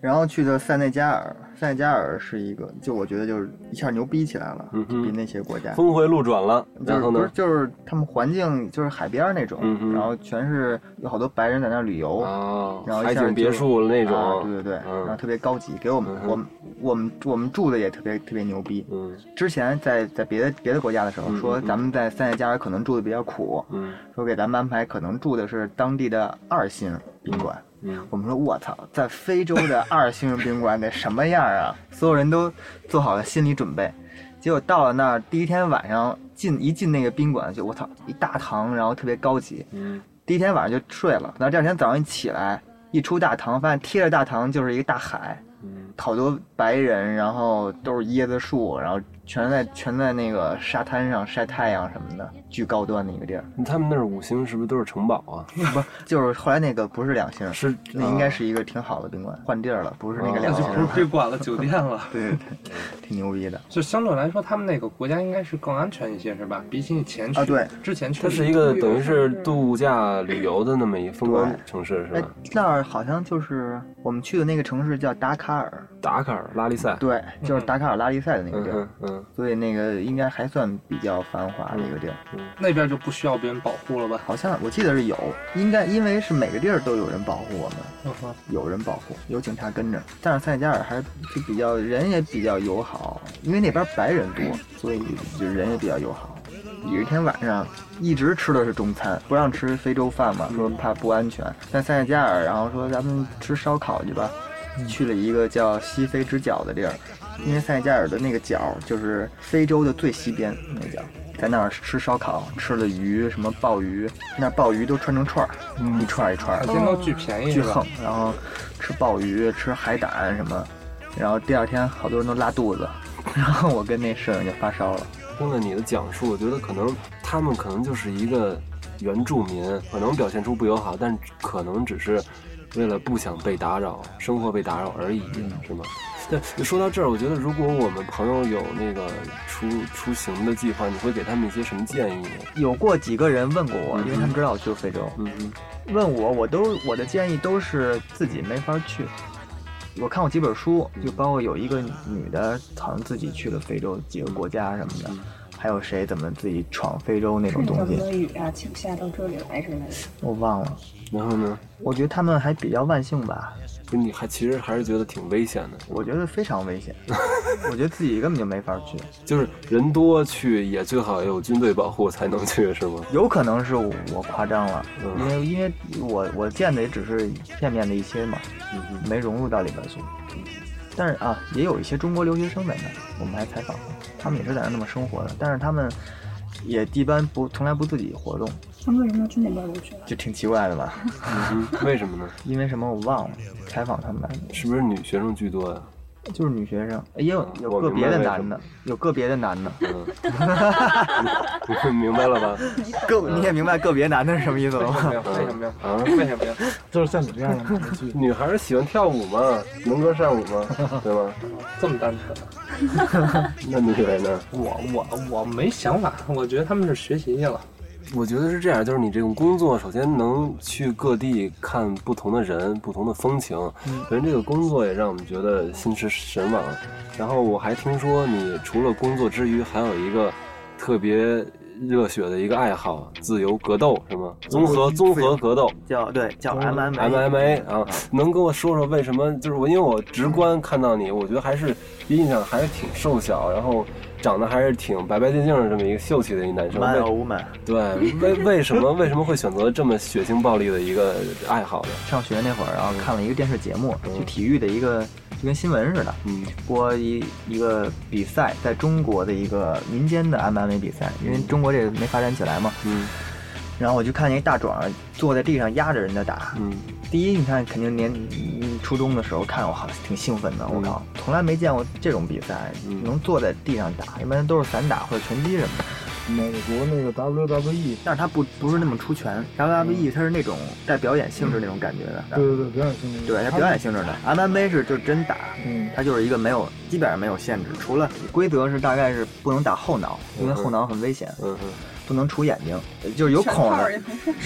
然后去的塞内加尔，塞内加尔是一个，就我觉得就是一下牛逼起来了，嗯哼比那些国家。峰回路转了，就然是后不是呢？就是他们环境就是海边儿那种，嗯哼然后全是有好多白人在那儿旅游，哦然后一海下景别就墅那啊种，对对对，然后嗯特别高级，给我们、嗯哼我们我们我们住的也特别特别牛逼。嗯之前在在别的别的国家的时候，嗯说嗯咱们在塞内加尔可能住的比较苦，嗯说给咱们安排可能住的是当地的二星宾馆。嗯，我们说我操，在非洲的二星宾馆得什么样啊？所有人都做好了心理准备，结果到了那儿第一天晚上进一进那个宾馆就我操一大堂，然后特别高级。嗯，第一天晚上就睡了，然后第二天早上一起来，一出大堂，发现贴着大堂就是一个大海，嗯，好多白人，然后都是椰子树，然后全在全在那个沙滩上晒太阳什么的，巨高端的一个地儿。他们那儿五星是不是都是城堡啊？就是后来那个不是两星，是那应该是一个挺好的宾馆，换地儿了，不是那个哦两啊那星就不是了。宾馆了，酒店了。 对对对，挺牛逼的。就相对来说，他们那个国家应该是更安全一些，是吧？比起你前去啊对，之前去它是一个等于是度假旅游的那么一风光城市是哎吧？，那儿好像就是我们去的那个城市叫达喀尔，达喀尔拉力赛，对，就是达喀尔拉力赛的那个嗯地儿嗯，嗯所以那个应该还算比较繁华的一个地儿。嗯那边就不需要别人保护了吧？好像我记得是有，应该因为是每个地儿都有人保护我们，啊有人保护，有警察跟着。但是塞内加尔还是就比较人也比较友好，因为那边白人多，所以就人也比较友好。有一天晚上一直吃的是中餐，不让吃非洲饭嘛，说怕不安全。在塞内加尔，然后说咱们吃烧烤去吧，去了一个叫西非之角的地儿，因为塞内加尔的那个角就是非洲的最西边那角。在那儿吃烧烤，吃了鱼，什么鲍鱼，那儿鲍鱼都穿成串儿，一串儿一串儿海的。鲜糕巨便宜巨是吧横？，然后吃鲍鱼、吃海胆什么，然后第二天好多人都拉肚子， 然后我跟那舍友就发烧了。听了你的讲述，我觉得可能他们可能就是一个原住民，可能表现出不友好，但可能只是为了不想被打扰，生活被打扰而已，是吗？对，说到这儿，我觉得如果我们朋友有那个出出行的计划，你会给他们一些什么建议呢？有过几个人问过我，因为他们知道我去过非洲，嗯嗯问我，我都我的建议都是自己没法去。我看过几本书，嗯就包括有一个女的，好像自己去了非洲几个国家什么的，嗯还有谁怎么自己闯非洲那种东什西，么雨啊，请下到这里来之类的。我忘了。然后呢，我觉得他们还比较万幸吧，就你还其实还是觉得挺危险的，我觉得非常危险，我觉得自己根本就没法去。就是人多去也最好有军队保护才能去，是吗？有可能是我夸张了，嗯因为因为我我见的也只是片面的一些嘛，嗯嗯。没融入到里边去。但是啊，也有一些中国留学生在那儿，我们还采访过，他们也是在那儿那么生活的，但是他们也一般不从来不自己活动，他们为什么要去那边留学？啊就挺奇怪的吧？嗯哼，为什么呢？因为什么我忘了，采访他们来的，是不是女学生居多啊呀、就是女学生，哎也有有我个明白别的为什男么的，有个别的男 的，嗯， 明白了吧？个你也明白个别男的是什么意思了为吗什么？呀？为什么 呀？啊，为什么呀？就是像你这样的男的去，女孩儿喜欢跳舞嘛，能歌善舞 嘛，对吗？这么单纯？那你以为呢？我我我没想法，我觉得他们是学习去了。我觉得是这样，就是你这种工作，首先能去各地看不同的人、不同的风情，本身这个工作也让我们觉得心驰神往。然后我还听说，你除了工作之余，还有一个特别热血的一个爱好——自由格斗，是吗？综合综合格斗。叫对嗯叫 MMA MMA 啊，能跟我说说为什么？就是我，因为我直观看到你，我觉得还是印象还是挺瘦小，然后长得还是挺白白净净的这么一个秀气的一男生。 Man 为 or Woman。对，为为什么为什么会选择这么血腥暴力的一个呃爱好呢？啊上学那会儿，然后看了一个电视节目，就体育的一个就跟新闻似的，嗯播一一个比赛，在中国的一个民间的 MMA 比赛，因为中国这个没发展起来嘛。嗯然后我就看见一大壮坐在地上压着人家打。嗯第一，你看肯定年嗯初中的时候看我好像挺兴奋的，嗯我靠，从来没见过这种比赛，嗯能坐在地上打，一般都是散打或者拳击什么的。美国那个 E WWE，但是他不不是那么出拳，WWE 他是那种带表演性质那种感觉的。嗯对对对，表演性质，对，它表演性质的。MMA 是就真打，嗯它就是一个没有，基本上没有限制，除了规则是大概是不能打后脑，因为后脑很危险，嗯，不能杵眼睛，呃就是有孔的，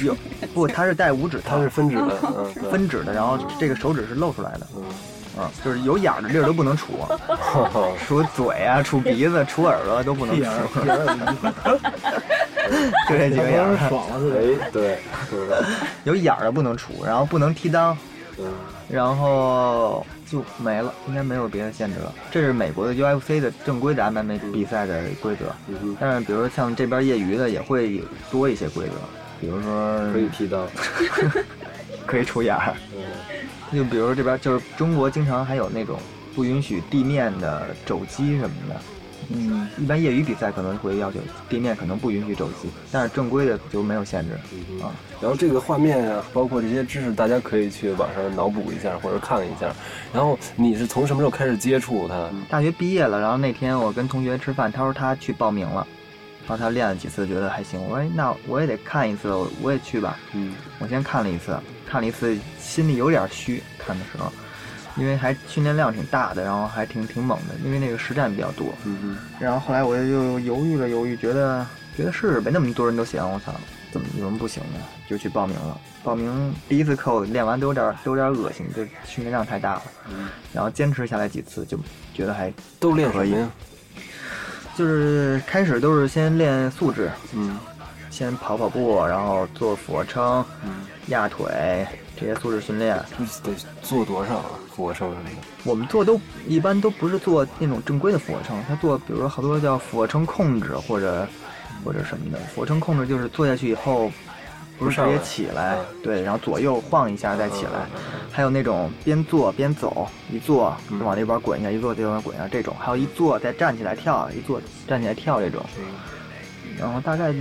有不，它是带五指它套是，分指的，嗯，对分指的，然后这个手指是露出来的，嗯，嗯，就是有眼儿的地儿都不能杵，哈哈杵嘴啊，杵鼻子，杵耳朵都不能一杵眼， 一眼，就这几个眼让人儿，爽了似的。哎，对，嗯有眼儿的不能杵，然后不能踢裆，嗯然后就没了，应该没有别的限制了。这是美国的 UFC 的正规的 MMA 比赛的规则，嗯但是比如说像这边业余的也会有多一些规则，比如说哼，可以剃刀，可以出眼儿，嗯就比如说这边就是中国经常还有那种不允许地面的肘击什么的。嗯，一般业余比赛可能会要求地面可能不允许肘击，但是正规的就没有限制。嗯哼。然后这个画面啊，包括这些知识，大家可以去网上脑补一下或者看一下。然后你是从什么时候开始接触它？大学毕业了，然后那天我跟同学吃饭，他说他去报名了，然后他练了几次，觉得还行。我说哎那我也得看一次，我我也去吧。嗯我先看了一次，看了一次，心里有点虚，看的时候，因为还训练量挺大的，然后还挺挺猛的，因为那个实战比较多。嗯哼。然后后来我就犹豫了犹豫，觉得觉得试试呗，那么多人都行，我操，怎么有什么不行的？就去报名了。报名第一次课我练完都有点都有点恶心，这训练量太大了。然后坚持下来几次，就觉得还都练什么呀？就是开始都是先练素质，嗯先跑跑步，然后做俯卧撑、嗯，压腿这些素质训练。就是得做多少啊？俯卧撑什么的。我们做都一般都不是做那种正规的俯卧撑，他做比如说好多叫俯卧撑控制或者或者什么的。俯卧撑控制就是坐下去以后不是直接起来，对，然后左右晃一下再起来。还有那种边做边走，一坐嗯往那边滚一下，一坐这边滚一下这种，还有一坐再站起来跳，一坐站起来跳这种。嗯然后大概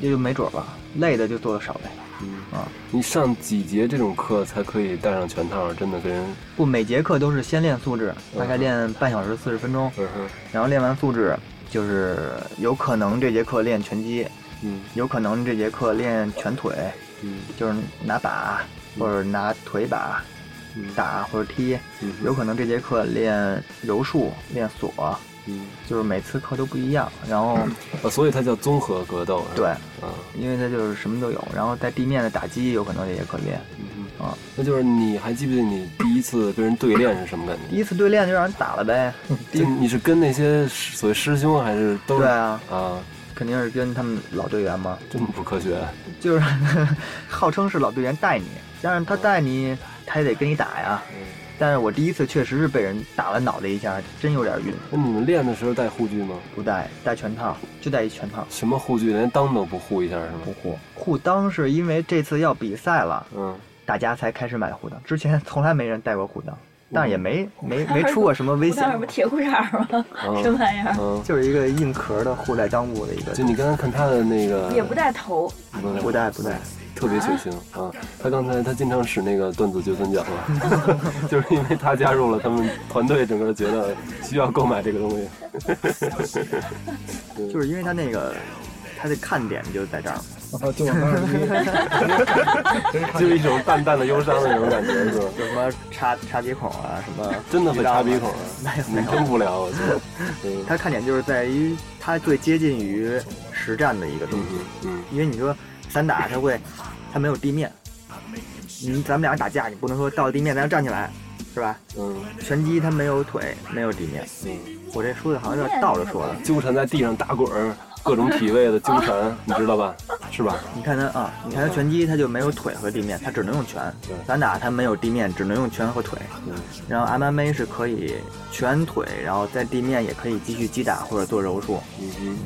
也就没准儿吧，累的就做的少呗。嗯啊，你上几节这种课才可以戴上全套？真的跟人，不，每节课都是先练素质，大概练半小时四十分钟，嗯哼，然后练完素质，就是有可能这节课练拳击，嗯有可能这节课练拳腿，嗯就是拿把或者拿腿把嗯打或者踢，嗯哼有可能这节课练柔术、练锁，嗯，就是每次课都不一样。然后啊，所以它叫综合格斗。是吧，对，啊，因为它就是什么都有，然后在地面的打击有可能这节课练。嗯哼啊，那就是你还记不记得你第一次跟人对练是什么感第觉？一次对练就让人打了呗，第一就你是跟那些师所谓师兄还是都是对啊，啊，肯定是跟他们老队员嘛，这么不科学？啊就是 号称是老队员带你，但是他带你，他也得跟你打呀。但是我第一次确实是被人打了脑袋一下，真有点晕。那你们练的时候戴护具吗？不带带全套，就带一全套，什么护具？连裆都不护一下是吗？不护护裆是因为这次要比赛了，嗯，大家才开始买护裆，之前从来没人带过护裆，但是也没没没出过什么危不像什险么，铁裤衩吗？啊 什么玩意儿？嗯，就是一个硬壳的护带裆部的一就个，你刚才看他的那个，嗯也不带头，不带不带，特别血腥啊！他刚才他经常使那个断子绝孙脚嘛， 就是因为他加入了他们团队，整个觉得需要购买这个东西。嗯就是因为他那个他的看点就在这儿嘛，我操，就往那儿就是一种淡淡的忧伤的那种感觉，是吧？有什么插插鼻孔啊，什么真的会插鼻孔知道啊吗？没你有没有，真无聊，我觉得。嗯它看点就是在于它最接近于实战的一个东嗯西，嗯因为你说散打它会，它没有地面，你咱们俩打架，你不能说到地面咱要站起来，是吧？嗯拳击它没有腿，没有地面。嗯，我这说的好像有点倒着说的，纠缠在地上打滚儿，各种体位的纠缠，你知道吧？是吧？你看它啊，你看它拳击它就没有腿和地面，它只能用拳对；散打它没有地面，只能用拳和腿。嗯然后 MMA 是可以拳腿，然后在地面也可以继续击打或者做柔术。嗯嗯，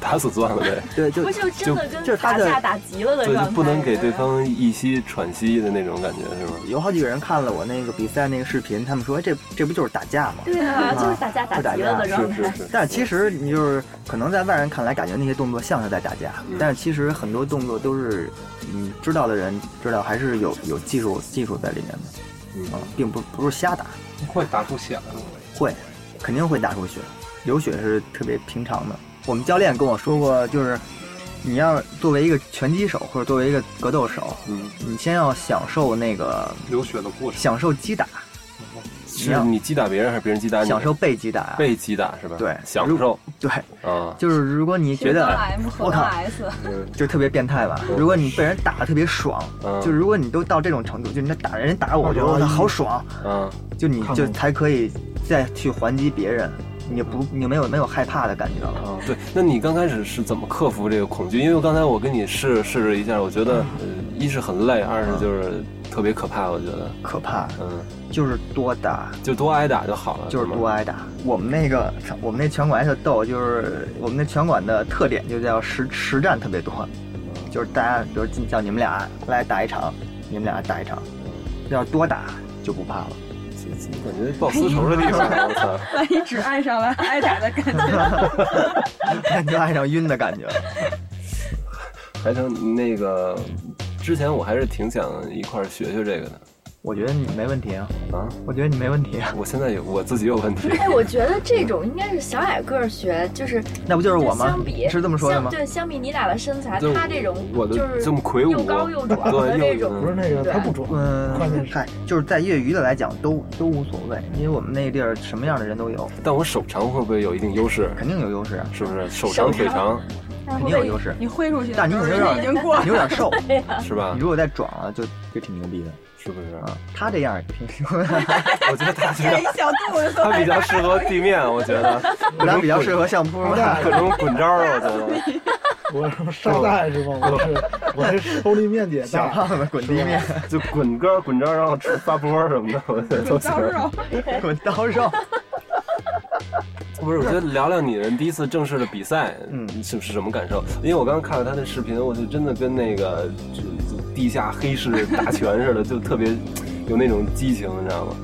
打死算了呗。对，就不就真的就跟他打的架打急了的对，状就态，不能给对方一息喘息的那种感觉，是吗？有好几个人看了我那个比赛那个视频，他们说哎这这不就是打架吗？对啊，就是打架打急了的状是是态。是。但是其实你就是可能在外人看来感觉那些动作像是在打架，嗯但是其实很多动作都是你知道的人知道，还是有有技术技术在里面的嗯啊，并不不是瞎打，会打出血了。会肯定会打出血，流血是特别平常的。我们教练跟我说过，就是你要作为一个拳击手或者作为一个格斗手，嗯，你先要享受那个流血的过程，嗯享受击打，是你击打别人还是别人击打你？享受嗯被击打。被击打是吧？对享如受对，啊。就是如果你觉得到 M 我和靠 S，嗯就特别变态吧。如果你被人打的特别爽，嗯就如果你都到这种程度，就人家打人打我，我觉得嗯哇好爽，嗯就你看就过才可以再去还击别人，你不你没有没有害怕的感觉了。啊，对，那你刚开始是怎么克服这个恐惧？因为刚才我跟你试试了一下，我觉得，嗯呃，一是很累，二是就是特别可怕，我觉得，可怕，嗯，就是多打，就多挨打就好了，就是吗多挨打。我们那个我们那拳馆特逗，就是我们那拳馆的特点就叫实实战特别多，就是大家比如今叫你们俩来打一场，你们俩打一场，要是多打就不怕了。感觉报私仇的地方，我操！万一只爱上了挨打的感觉， 感觉爱上晕的感觉了。还成那个，之前我还是挺想一块儿学学这个的我觉得你没问题啊，啊。我觉得你没问题啊，我现在有我自己有问题， 哎，我觉得这种应该是小矮个儿学，就是那不就是我吗相比？是这么说的相吗？对，相比你俩的身材，对他这种我的就是这么魁梧又高又啊壮对的这又嗯种不是那个，对他不准。关键嗯，是嗨，就是在业余的来讲都都无所谓，因为我们那个地儿什么样的人都有，但我手长会不会有一定优势？肯定有优势啊，是不是手长腿长肯定有优势。你挥出去的但你时候，可能人有家已点经过了你。有点 瘦， 是吧你？如果再壮了就就挺牛逼的是不是？啊。他这样也挺牛的， 我觉得他比哎这一较小肚子他比较适合地面，我觉得咱比较适合相扑吧。各种滚招儿，我觉得。 我是沙袋是吗？我是我是抽力面积也 小大，胖子滚地面，就滚杆儿滚招儿，然后出发波儿什么的，我觉得都行。 滚刀肉，不是，我觉得聊聊你人第一次正式的比赛，嗯嗯，是是什么感受？因为我刚刚看了他的视频，我就真的跟那个就就地下黑市打拳似的，就特别有那种激情，你知道吗？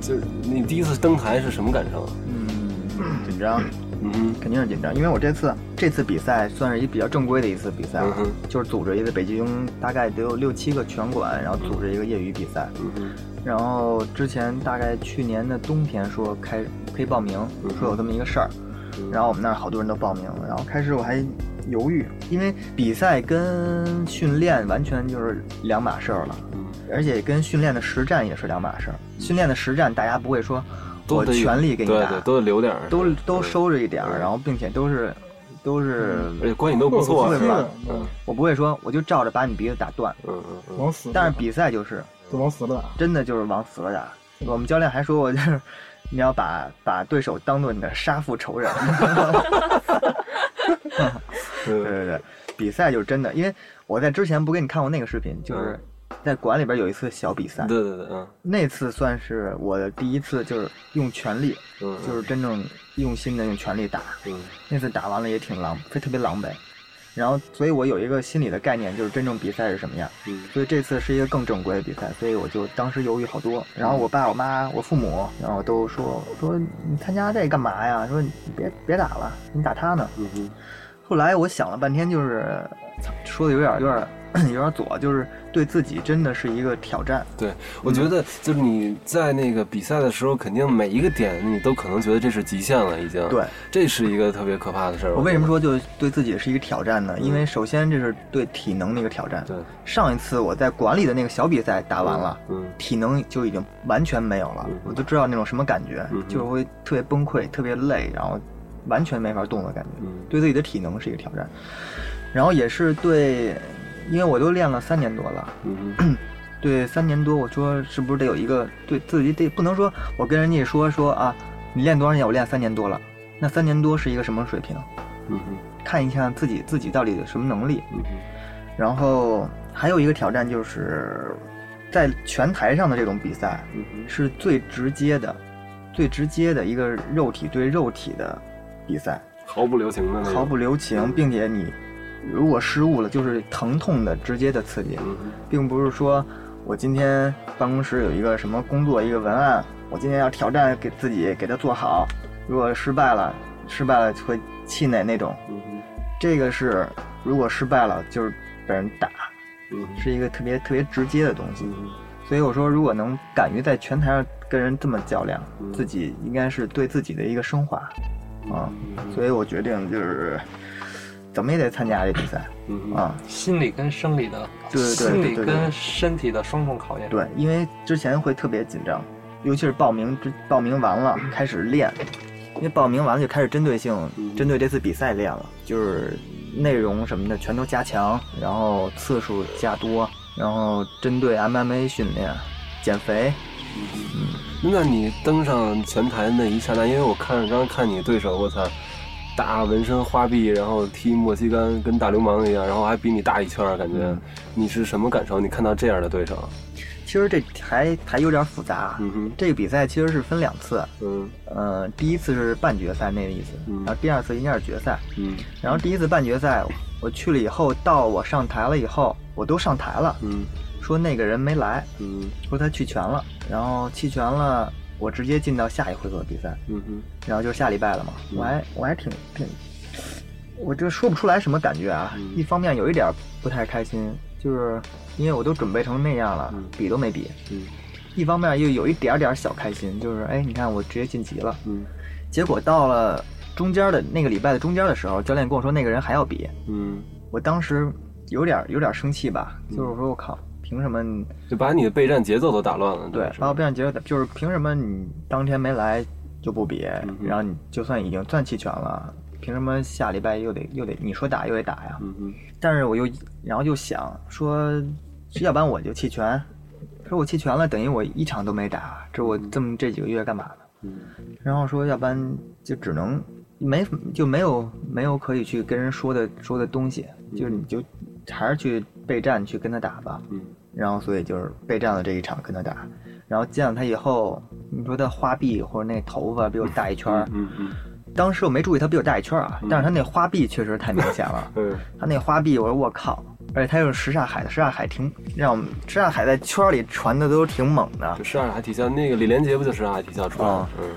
就是你第一次登台是什么感受？嗯，紧张。嗯哼，肯定是紧张，因为我这次这次比赛算是一比较正规的一次比赛了，啊嗯就是组织一个北京大概得有六七个拳馆，然后组织一个业余比赛。嗯哼，然后之前大概去年的冬天说开可以报名嗯，说有这么一个事儿，然后我们那儿好多人都报名了，然后开始我还犹豫，因为比赛跟训练完全就是两码事儿了，嗯而且跟训练的实战也是两码事儿。训练的实战大家不会说都我得全力给你对打对，，都得留点儿，都都收着一点嗯儿，然后并且都是都是，而且关系都不错，对是吧吧？？嗯我不会说我就照着把你鼻子打断，嗯嗯嗯，往死了打，但是比赛就是就往死了打。真的就是往死了打。我们教练还说过，就是 你要把把对手当做你的杀父仇人。 对对对对，比赛就是真的，因为我在之前不给你看过那个视频，嗯就是在馆里边有一次小比赛，对对对，嗯那次算是我的第一次，就是用全力，嗯，就是真正用心的用全力打。嗯那次打完了也挺狼，非特别狼狈。然后，所以我有一个心理的概念，就是真正比赛是什么样。嗯所以这次是一个更正规的比赛，所以我就当时犹豫好多。然后我爸、我妈、我父母，然后都说说你参加这干嘛呀？说你别别打了，你打他呢。嗯嗯 后来我想了半天，就是操说的有点有点有点左，就是对自己真的是一个挑战。对，我觉得就是你在那个比赛的时候，肯定每一个点你都可能觉得这是极限了，已经。对，这是一个特别可怕的事儿。我为什么说？说就对自己是一个挑战呢？因为首先这是对体能的一个挑战。嗯对，上一次我在馆里的那个小比赛打完了，嗯体能就已经完全没有了，嗯我都知道那种什么感觉，嗯哼就是会特别崩溃、特别累，然后完全没法动的感觉，嗯对自己的体能是一个挑战，然后也是对，因为我都练了三年多了，嗯对三年多，我说是不是得有一个对自己得不能说我跟人家说说啊，你练多少年？我练三年多了，那三年多是一个什么水平？嗯看一看自己自己到底有什么能力，嗯然后还有一个挑战就是，在拳台上的这种比赛嗯嗯是最直接的、最直接的一个肉体对肉体的比赛，毫不留情的那种。毫不留情，并且你如果失误了，就是疼痛的直接的刺激，嗯并不是说我今天办公室有一个什么工作一个文案，我今天要挑战给自己给它做好，如果失败了，失败了会气馁那种。嗯嗯这个是如果失败了就是被人打，嗯是一个特别特别直接的东西。嗯所以我说，如果能敢于在拳台上跟人这么较量，嗯自己应该是对自己的一个升华啊。所以我决定就是怎么也得参加这比赛嗯啊。心理跟生理的，对对对心理对对跟身体的双重考验。对，因为之前会特别紧张，尤其是报名之报名完了开始练，因为报名完了就开始针对性嗯针对这次比赛练了，就是内容什么的全都加强，然后次数加多，然后针对 MMA 训练、减肥，那你登上拳台那一刹那，因为我看刚刚看你对手，我操，大纹身花臂，然后踢莫西干跟大流氓一样，然后还比你大一圈儿，感觉、你是什么感受？你看到这样的对手？其实这还还有点复杂。啊嗯哼，这个比赛其实是分两次，嗯呃，第一次是半决赛那个意思，嗯然后第二次应该是决赛。嗯然后第一次半决赛我去了以后，到我上台了以后，我都上台了，嗯说那个人没来，嗯说他弃权了，然后弃权了，我直接进到下一回合的比赛，嗯哼，然后就是下礼拜了嘛。嗯我还我还挺挺，我这说不出来什么感觉啊。嗯一方面有一点不太开心，就是因为我都准备成那样了嗯，比都没比；嗯一方面又有一点点小开心，就是哎，你看我直接晋级了。嗯结果到了中间的那个礼拜的中间的时候，教练跟我说那个人还要比，嗯，我当时有点有点生气吧，就是我说我靠，凭什么你？就把你的备战节奏都打乱了。对，是把吧我变成结论，就是凭什么你当天没来就不比，哼然后你就算已经算弃权了，凭什么下礼拜又得又得你说打又得打呀？嗯哼但是我又然后又想说，要不然我就弃权，说我弃权了，等于我一场都没打，这我这么这几个月干嘛呢？嗯然后说要不然就只能没就没有没有可以去跟人说的说的东西，就是你就还是去备战去跟他打吧。嗯然后所以就是备战了这一场跟他打，然后见了他以后，你说他花臂或者那头发比我大一圈儿，嗯嗯当时我没注意他比我大一圈儿啊嗯，，但是他那花臂确实太明显了嗯他那花臂我说我靠，而且他又是什刹海的，什刹海挺让我们什刹海在圈儿里传的都挺猛的嗯，，十二大体校那个李连杰不就十二大体校出来的啊？嗯，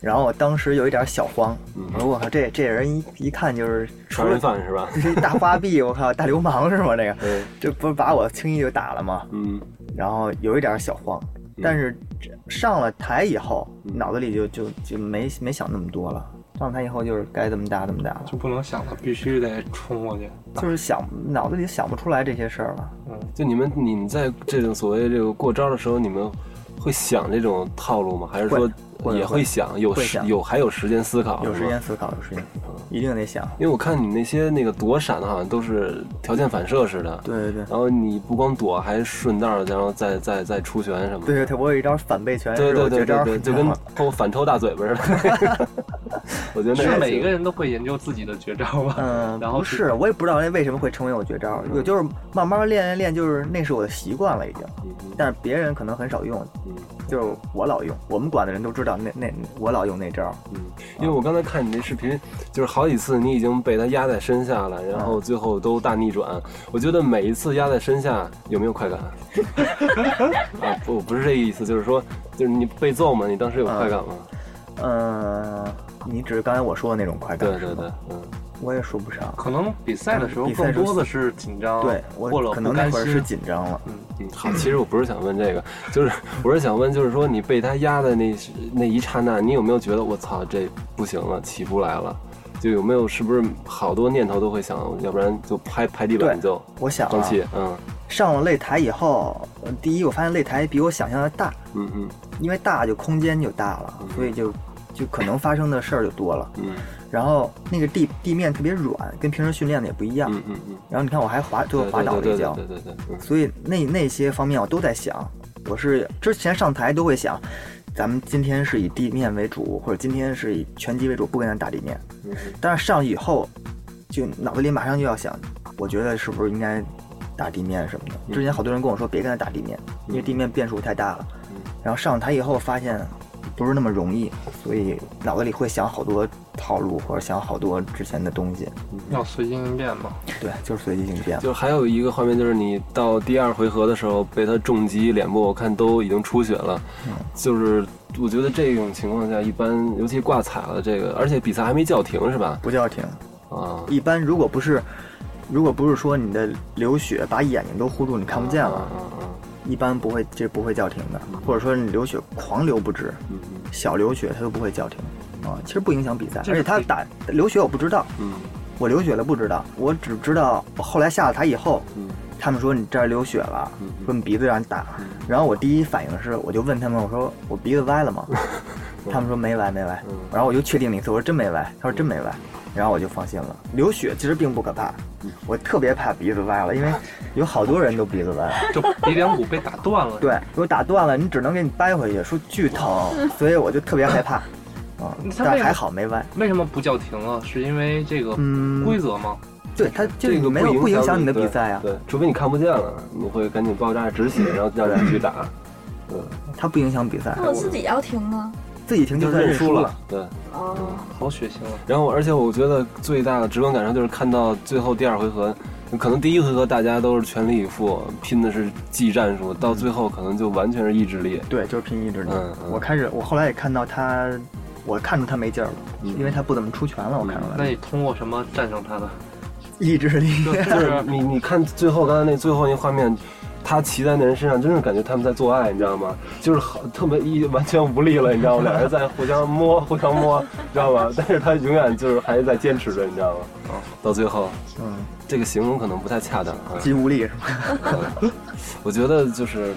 然后我当时有一点小慌嗯，我说我靠这这人一一看就是杀人犯是吧？这大花臂，我靠大流氓是吗？这个嗯这不是把我轻易就打了吗？嗯然后有一点小慌，但是这上了台以后，嗯脑子里就就就没没想那么多了。上了台以后就是该怎么打怎么打了，就不能想了，必须得冲过去。就是想脑子里想不出来这些事儿了。就你们你们在这种所谓这个过招的时候，你们会想这种套路吗？还是说会会也会想有会时想有还有时间思考？有啊是嗯时间吗。思考，有时间思考，一定得想。因为我看你那些那个躲闪的，好像都是条件反射似的。。对对对，然后你不光躲，还顺道儿，然后再再再出拳什么的。对对对，我有一招反背拳，对是我对对绝招对对，就跟 抽反抽大嘴巴似的。我觉得那是还每行个人都会研究自己的绝招 吧？嗯，然后不是，我也不知道那为什么会成为我绝招，嗯我就是慢慢练练练，就是那是我的习惯了已经。但是别人可能很少用，嗯就是我老用，我们馆的人都知道那那我老用那招。嗯，因为我刚才看你那视频，就是好几次你已经被他压在身下了，然后最后都大逆转。我觉得每一次压在身下有没有快感？ 啊，不，不是这个意思，就是说，就是你被揍嘛，你当时有快感吗？嗯，你指刚才我说的那种快感。对对对，嗯，我也说不上。可能比赛的时候比赛更时候多的是紧哦张，对或我者可不能那甘会儿心是紧张了，嗯，好，其实我不是想问这个，就是我是想问，就是说你被他压的那时那一刹那，你有没有觉得我操这不行了，起不来了？就有没有是不是好多念头都会想，要不然就拍拍地板对就我想、放啊、弃？嗯上了擂台以后，呃第一我发现擂台比我想象的大，嗯嗯因为大就空间就大了，所以就就可能发生的事儿就多了。嗯然后那个地地面特别软，跟平时训练的也不一样。嗯嗯嗯，然后你看我还滑，最后对滑倒了对一对跤对，对对对，所以那那些方面我都在想。我是之前上台都会想，咱们今天是以地面为主，或者今天是以拳击为主，不跟他打地面。嗯嗯但是上去以后，就脑子里马上就要想，我觉得是不是应该打地面什么嗯的。之前好多人跟我说别跟他打地面，因为地面变数太大了嗯。然后上台以后发现不是那么容易，所以脑子里会想好多套路，或者想好多之前的东西。要随机应变嘛。对，就是随机应变。就还有一个画面，就是你到第二回合的时候被他重击脸部，我看都已经出血了。嗯就是我觉得这种情况下，一般尤其挂彩了这个，而且比赛还没叫停是吧？不叫停，啊，一般如果不是，如果不是说你的流血把眼睛都糊住，你看不见了，嗯一般不会这不会叫停的，或者说你流血狂流不止，嗯嗯小流血它都不会叫停啊，其实不影响比赛，这而是且他比打流血我不知道，嗯我流血了不知道，我只知道我后来下了台以后，嗯他们说你这儿流血了，嗯说你鼻子让你打，嗯然后我第一反应是我就问他们我说我鼻子歪了吗？他们说没歪没歪嗯，然后我就确定了一次，我说真没歪，他说真没歪，然后我就放心了。流血其实并不可怕，嗯我特别怕鼻子歪了， 因为有好多人都鼻子歪了。就鼻梁骨被打断了，对，如果打断了，你只能给你掰回去，说 巨疼，所以我就特别害怕。啊、你看为但什么还好没哦歪。为什么不叫停啊？是因为这个嗯规则吗？对，它就这是个没有不影响响你的对比赛啊，对，除非你看不见了，你会赶紧爆炸止 血，然后让人去打，它不影响比赛那，哦我自己要停吗？自己停嗯就算认输输了。。对，哦，好血腥啊！然后而且我觉得最大的直观感受就是看到最后第二回合，可能第一回合大家都是全力以赴，拼的是技战术，到最后可能就完全是意志力。对，就是拼意志力。嗯嗯我开始，我后来也看到他，我看出他没劲儿了，嗯因为他不怎么出拳了，我看出来那了。你通过什么战胜他的？意志力，就是你你看最后刚才那最后那画面，他骑在那人身上，真是感觉他们在做爱，你知道吗？就是好特别一完全无力了，你知道吗？两人在互相摸，互相摸，知道吗？ 但是他永远就是还是在坚持着，你知道吗？到最后，嗯，这个形容可能不太恰当啊。肌无力是吧？我觉得就是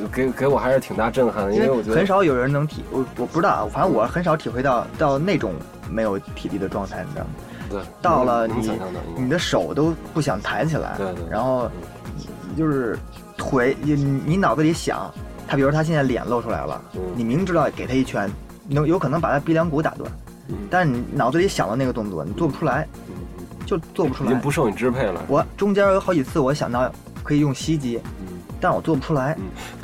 呃给给我还是挺大震撼的，因为我觉得很少有人能体，我我不知道啊，反正我很少体会到到那种没有体力的状态，你知道吗？对嗯到了能能你想象到应该你的手都不想抬起来，对对嗯然后就是腿，你你脑子里想，他比如说他现在脸露出来了，嗯你明知道给他一拳，能有可能把他鼻梁骨打断，嗯但是你脑子里想的那个动作你做不出来，就做不出已经来。不受你支配了。我中间有好几次我想到可以用膝击，嗯，但我做不出来，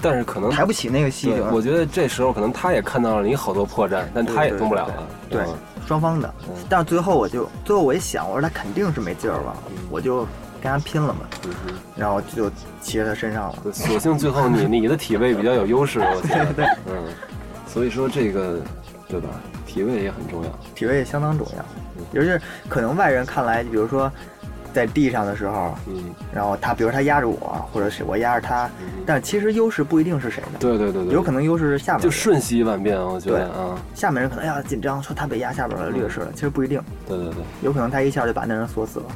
但是可能抬不起那个膝对颈。我觉得这时候可能他也看到了你好多破绽，但他也动不了了。对嗯，双方的嗯。但是最后我就，最后我一想，我说他肯定是没劲儿了，嗯我就跟他拼了嘛，然后就骑在他身上了。对索性最后你 你的体位比较有优势，我觉得，嗯，所以说这个对吧？体位也很重要。体位也相当重要，嗯尤其是可能外人看来，比如说在地上的时候，嗯，然后他，比如他压着我，或者是我压着他，但其实优势不一定是谁的，对对对对，有可能优势是下面就人，瞬息万变，我觉得啊，下面人可能哎呀紧张，说他被压下边了，劣嗯势了，其实不一定，对对对。有可能他一下就把那人锁死了。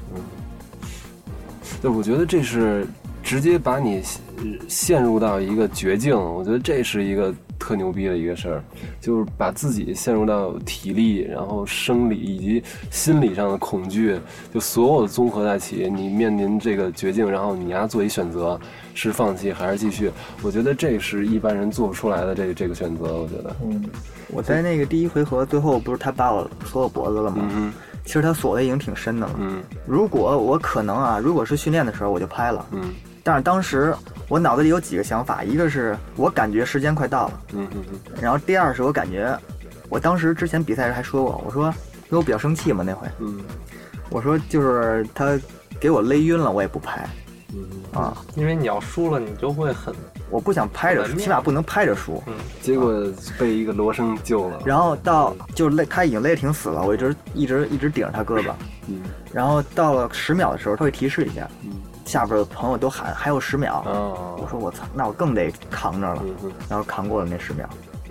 对，我觉得这是直接把你呃陷入到一个绝境，我觉得这是一个特牛逼的一个事儿，就是把自己陷入到体力，然后生理以及心理上的恐惧，就所有综合在一起，你面临这个绝境，然后你要做一选择，是放弃还是继续？我觉得这是一般人做不出来的这个这个选择，我觉得，嗯，我在那个第一回合最后不是他把我锁我脖子了吗？嗯其实他锁的已经挺深的了。嗯如果我可能啊，如果是训练的时候我就拍了，嗯但是当时我脑子里有几个想法，一个是我感觉时间快到了。嗯嗯嗯然后第二是我感觉，我当时之前比赛时还说过，我说因为我比较生气嘛那回，嗯我说就是他给我勒晕了，我也不拍，嗯啊，因为你要输了，你就会很我不想拍着门输，面起码不能拍着输。结果被一个罗生救了。然后到就累，他已经累得挺死了，我一直一直一直顶着他胳膊，嗯然后到了十秒的时候，他会提示一下，嗯下边的朋友都喊还有十秒，我哦，说我操，那我更得扛着了，嗯嗯，然后扛过了那十秒，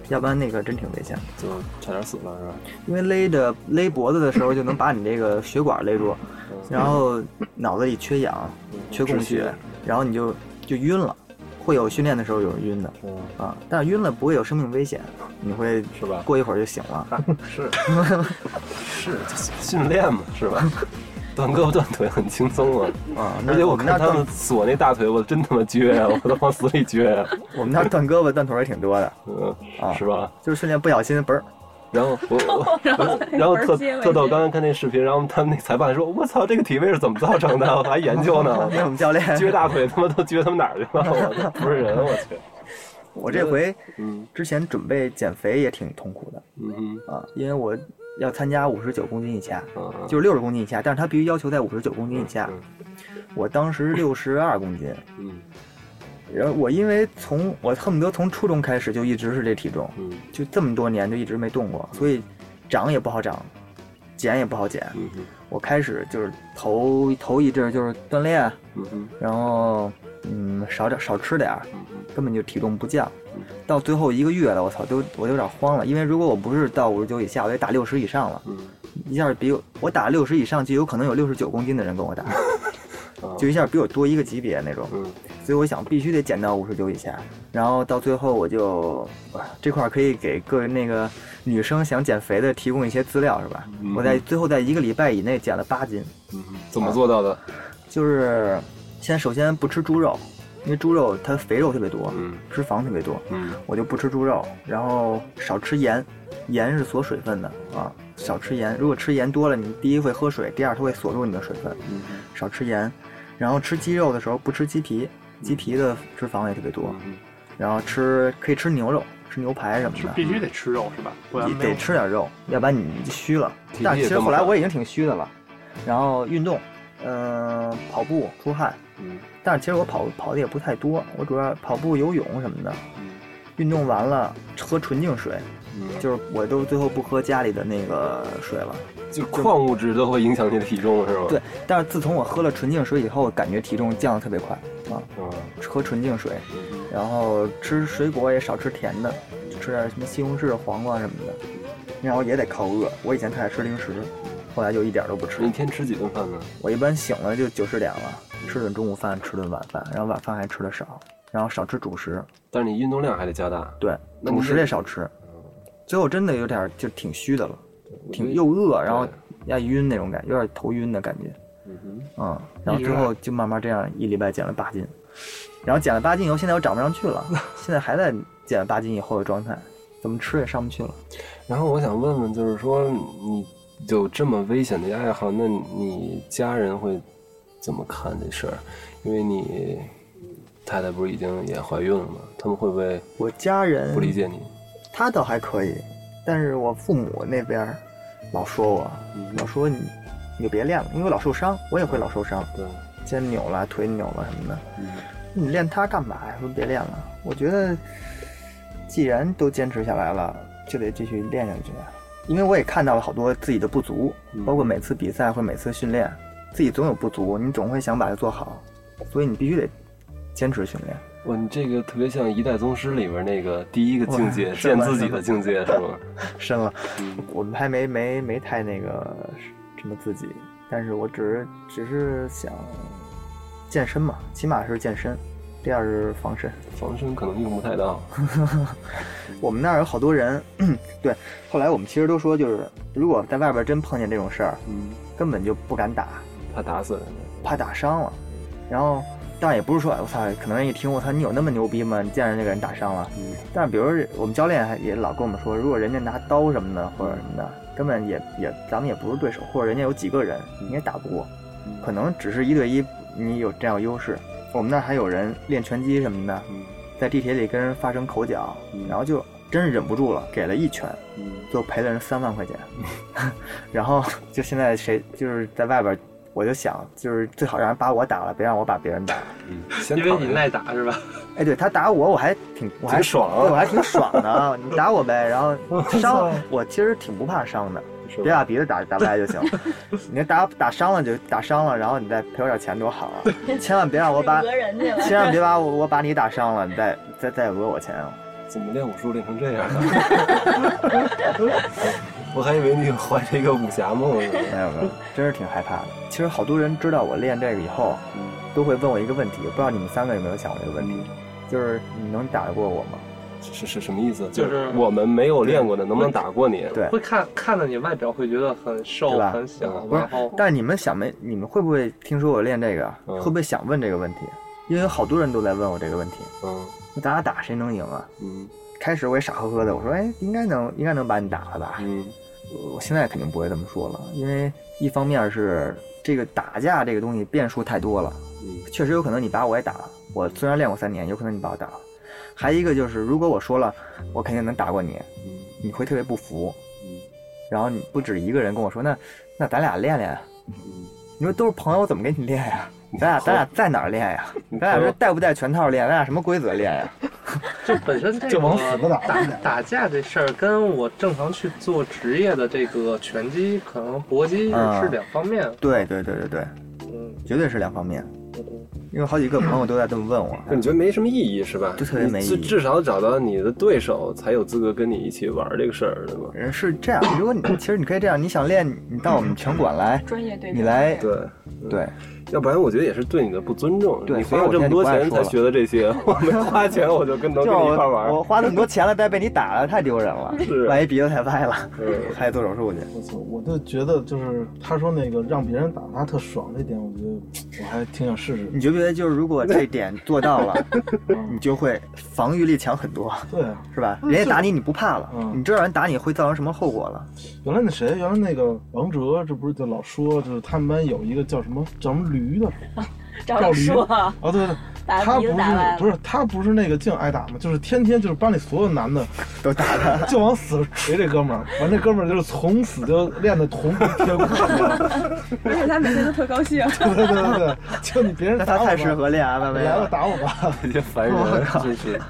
要不然那个真挺危险的，就差点死了是吧？因为勒着勒脖子的时候就能把你这个血管勒住，嗯然后脑子里缺氧、缺供窒血息，然后你就就晕了，会有训练的时候有人晕的嗯，啊，但是晕了不会有生命危险，你会是吧过一会儿就醒了。是训练嘛，是 吧？断胳膊断腿很轻松啊，啊，那而且我那看儿他断们锁那大腿，我真他妈撅呀， 我都往死里撅呀，我们那儿断胳膊断腿儿也挺多的，嗯啊，是吧？就是训练不小心嘣儿，然后我我我 然后特特逗，刚刚看那视频，然后他们那裁判说：“我操，这个体位是怎么造成的？我 还研究呢。因为我们教练，撅大腿，他妈都撅他们哪 儿去了？我不是人，我去。我这回嗯之前准备减肥也挺痛苦的嗯啊，因为我要参加五十九公斤以下，嗯，就是六十公斤以下，但是他必须要求在五十九公斤以下嗯。我当时六十二公斤，嗯然后我因为从我恨不得从初中开始就一直是这体重，嗯就这么多年就一直没动过，所以长也不好长，减也不好减。嗯我开始就是头头一阵儿就是锻炼，嗯嗯然后嗯少点少吃点儿，根本就体重不降。嗯到最后一个月了，我操，都我有点慌了，因为如果我不是到五十九以下，我得打六十以上了，嗯一下比我我打六十以上就有可能有六十九公斤的人跟我打啊，就一下比我多一个级别那种，嗯所以我想必须得减到五十九以下，然后到最后我就啊这块儿可以给各位那个女生想减肥的提供一些资料是吧？嗯我在最后在一个礼拜以内减了八斤，啊嗯，怎么做到的？就是先首先不吃猪肉，因为猪肉它肥肉特别多，嗯脂肪特别多，嗯我就不吃猪肉，然后少吃盐，盐是锁水分的啊，少吃盐。如果吃盐多了，你第一会喝水，第二它会锁住你的水分，嗯少吃盐。然后吃鸡肉的时候不吃鸡皮，鸡皮的脂肪也特别多。然后吃可以吃牛肉，吃牛排什么是的，嗯必须得嗯吃肉是吧？不然你没有得吃点肉，要不然你就虚了体。力但也其实跟不后来上我已经挺虚的了，然后运动，嗯、跑步出汗，嗯但是其实我跑跑的也不太多，我主要跑步、游泳什么的。运动完了喝纯净水，嗯，就是我都最后不喝家里的那个水了。就矿物质都会影响你的体重是吗？对，，但是自从我喝了纯净水以后，感觉体重降得特别快啊！嗯喝纯净水，然后吃水果也少吃甜的，吃点什么西红柿、黄瓜什么的，然后也得靠饿。我以前特爱吃零食，后来就一点都不吃你。一天吃几顿饭呢？我一般醒了就九十点了，吃顿中午饭，吃顿晚饭，然后晚饭还吃的少，然后少吃主食，但是你运动量还得加大。对，那你主食这也少吃。最后真的有点儿就挺虚的了，嗯我觉挺得又饿，然后对要晕那种感觉，有点头晕的感觉。嗯哼，嗯，然后最后就慢慢这样一礼拜减了八斤，然后减了八斤以后，现在又长不上 去了，现在还在减了八斤以后的状态，怎么吃也上不去了。然后我想问问，就是说你有这么危险的爱好，那你家人会怎么看这事儿？因为你太太不是已经也怀孕了吗？他们会不会我家人不理，解你？他倒还可以，但是我父母那边儿老说我，嗯老说你你就别练了，因为我老受伤，我也会老受伤，对，肩扭了、腿扭了什么的。你练它干嘛呀？说别练了。我觉得，既然都坚持下来了，就得继续练下去。啊因为我也看到了好多自己的不足，包括每次比赛或每次训练，自己总有不足，你总会想把它做好，所以你必须得坚持训练。哇，你这个特别像《一代宗师》里边那个第一个境界，哇见自己的境界是吗？深了，我们还没没没太那个什么自己，但是我只是只是想健身嘛，起码是健身，第二是防身。防身可能用不太到。我们那儿有好多人，嗯对，后来我们其实都说，就是如果在外边真碰见这种事儿，嗯，根本就不敢打，怕打死人。怕打伤了。然后，当然也不是说，哎我操，可能人一听我操，你有那么牛逼吗？你见着那个人打伤了。嗯但是，比如说我们教练还也老跟我们说，如果人家拿刀什么的或者什么的，根本也也咱们也不是对手，或者人家有几个人，嗯你也打不过，可能只是一对一，你有占有优势。我们那儿还有人练拳击什么的，嗯在地铁里跟人发生口角，嗯然后就真是忍不住了，给了一拳，嗯 就赔了人三万块钱。然后就现在谁就是在外边我就想，就是最好让人把我打了，别让我把别人打。先因为躺你着耐打是吧？哎，对他打我，我还挺我还挺爽啊对我还挺爽的。啊你打我呗，然后伤操我其实挺不怕伤的，是吧别把别的打打歪就行。你打打伤了就打伤了，然后你再赔我点钱多好 啊！千万别让我哦把，讹人去了。千万别把我我把你打伤了，你再再再讹我钱啊！怎么练武术练成这样的？ 我还以为你怀着一个武侠梦呢。没有没有，真是挺害怕的。其实好多人知道我练这个以后，嗯都会问我一个问题，不知道你们三个有没有想过这个问题，嗯就是你能打得过我吗？是是什么意思？就是我们没有练过的，能不能打过你？对 会看看到你外表会觉得很瘦对吧很小，不是 然后但你们想没？你们会不会听说我练这个？嗯会不会想问这个问题？因为有好多人都在问我这个问题。嗯那咱俩打谁能赢啊？嗯开始我也傻呵呵的，我说，哎，应该能，应该能把你打了吧？呃嗯我现在肯定不会这么说了，因为一方面是这个打架这个东西变数太多了，嗯确实有可能你把我也打了。我虽然练过三年，有可能你把我打了。还一个就是，如果我说了我肯定能打过你，嗯你会特别不服，嗯然后你不止一个人跟我说，那那咱俩练练啊。嗯，你说都是朋友，我怎么跟你练呀？咱俩咱俩在哪儿练呀？你咱俩朋是友带不带拳套练？咱俩什么规则练呀？就本身这就往个死了打打打架这事儿，跟我正常去做职业的这个拳击、可能搏击啊是是两方面。对对对对对，嗯，绝对是两方面。嗯因为好几个朋友都在这么问我，那你觉得没什么意义是吧？就特别没意义你至至少找到你的对手，才有资格跟你一起玩这个事儿，对吧？人是这样。如果你其实你可以这样，你想练，你到我们拳馆来，专业对嗯你来对，对，要不然我觉得也是对你的不尊重。对你所以花我这么现在就多不爱钱说才了学的这些， 我没花钱我就跟能就跟你一块玩我。我花那么多钱了，再被你打了，太丢人了。是啊万一鼻子太歪了嗯， 还得做手术去。我操！我就觉得就是他说那个让别人打他特爽这点，我觉得我还挺想试试。你觉不觉得就是如果这点做到了，你嗯，就会防御力强很多，对啊，是吧？嗯人家打你你不怕了，嗯你知道人打你会造成什么后果了。原来那谁，原来那个王哲，这不是就老说，就是他们班有一个叫什么叫什么驴的，找赵我驴说，啊，对对，把他鼻不子打是歪了不是他不是那个净挨打吗？就是天天就是班里所有男的都打他，就往死了锤这哥们儿，完这哥们儿就是从此就练得铜不铁骨，而且他每天都特高兴。 对对对对，就你别人那打他我吧太适，合练 MMA 来吧了。打我吧，这些烦人，真是。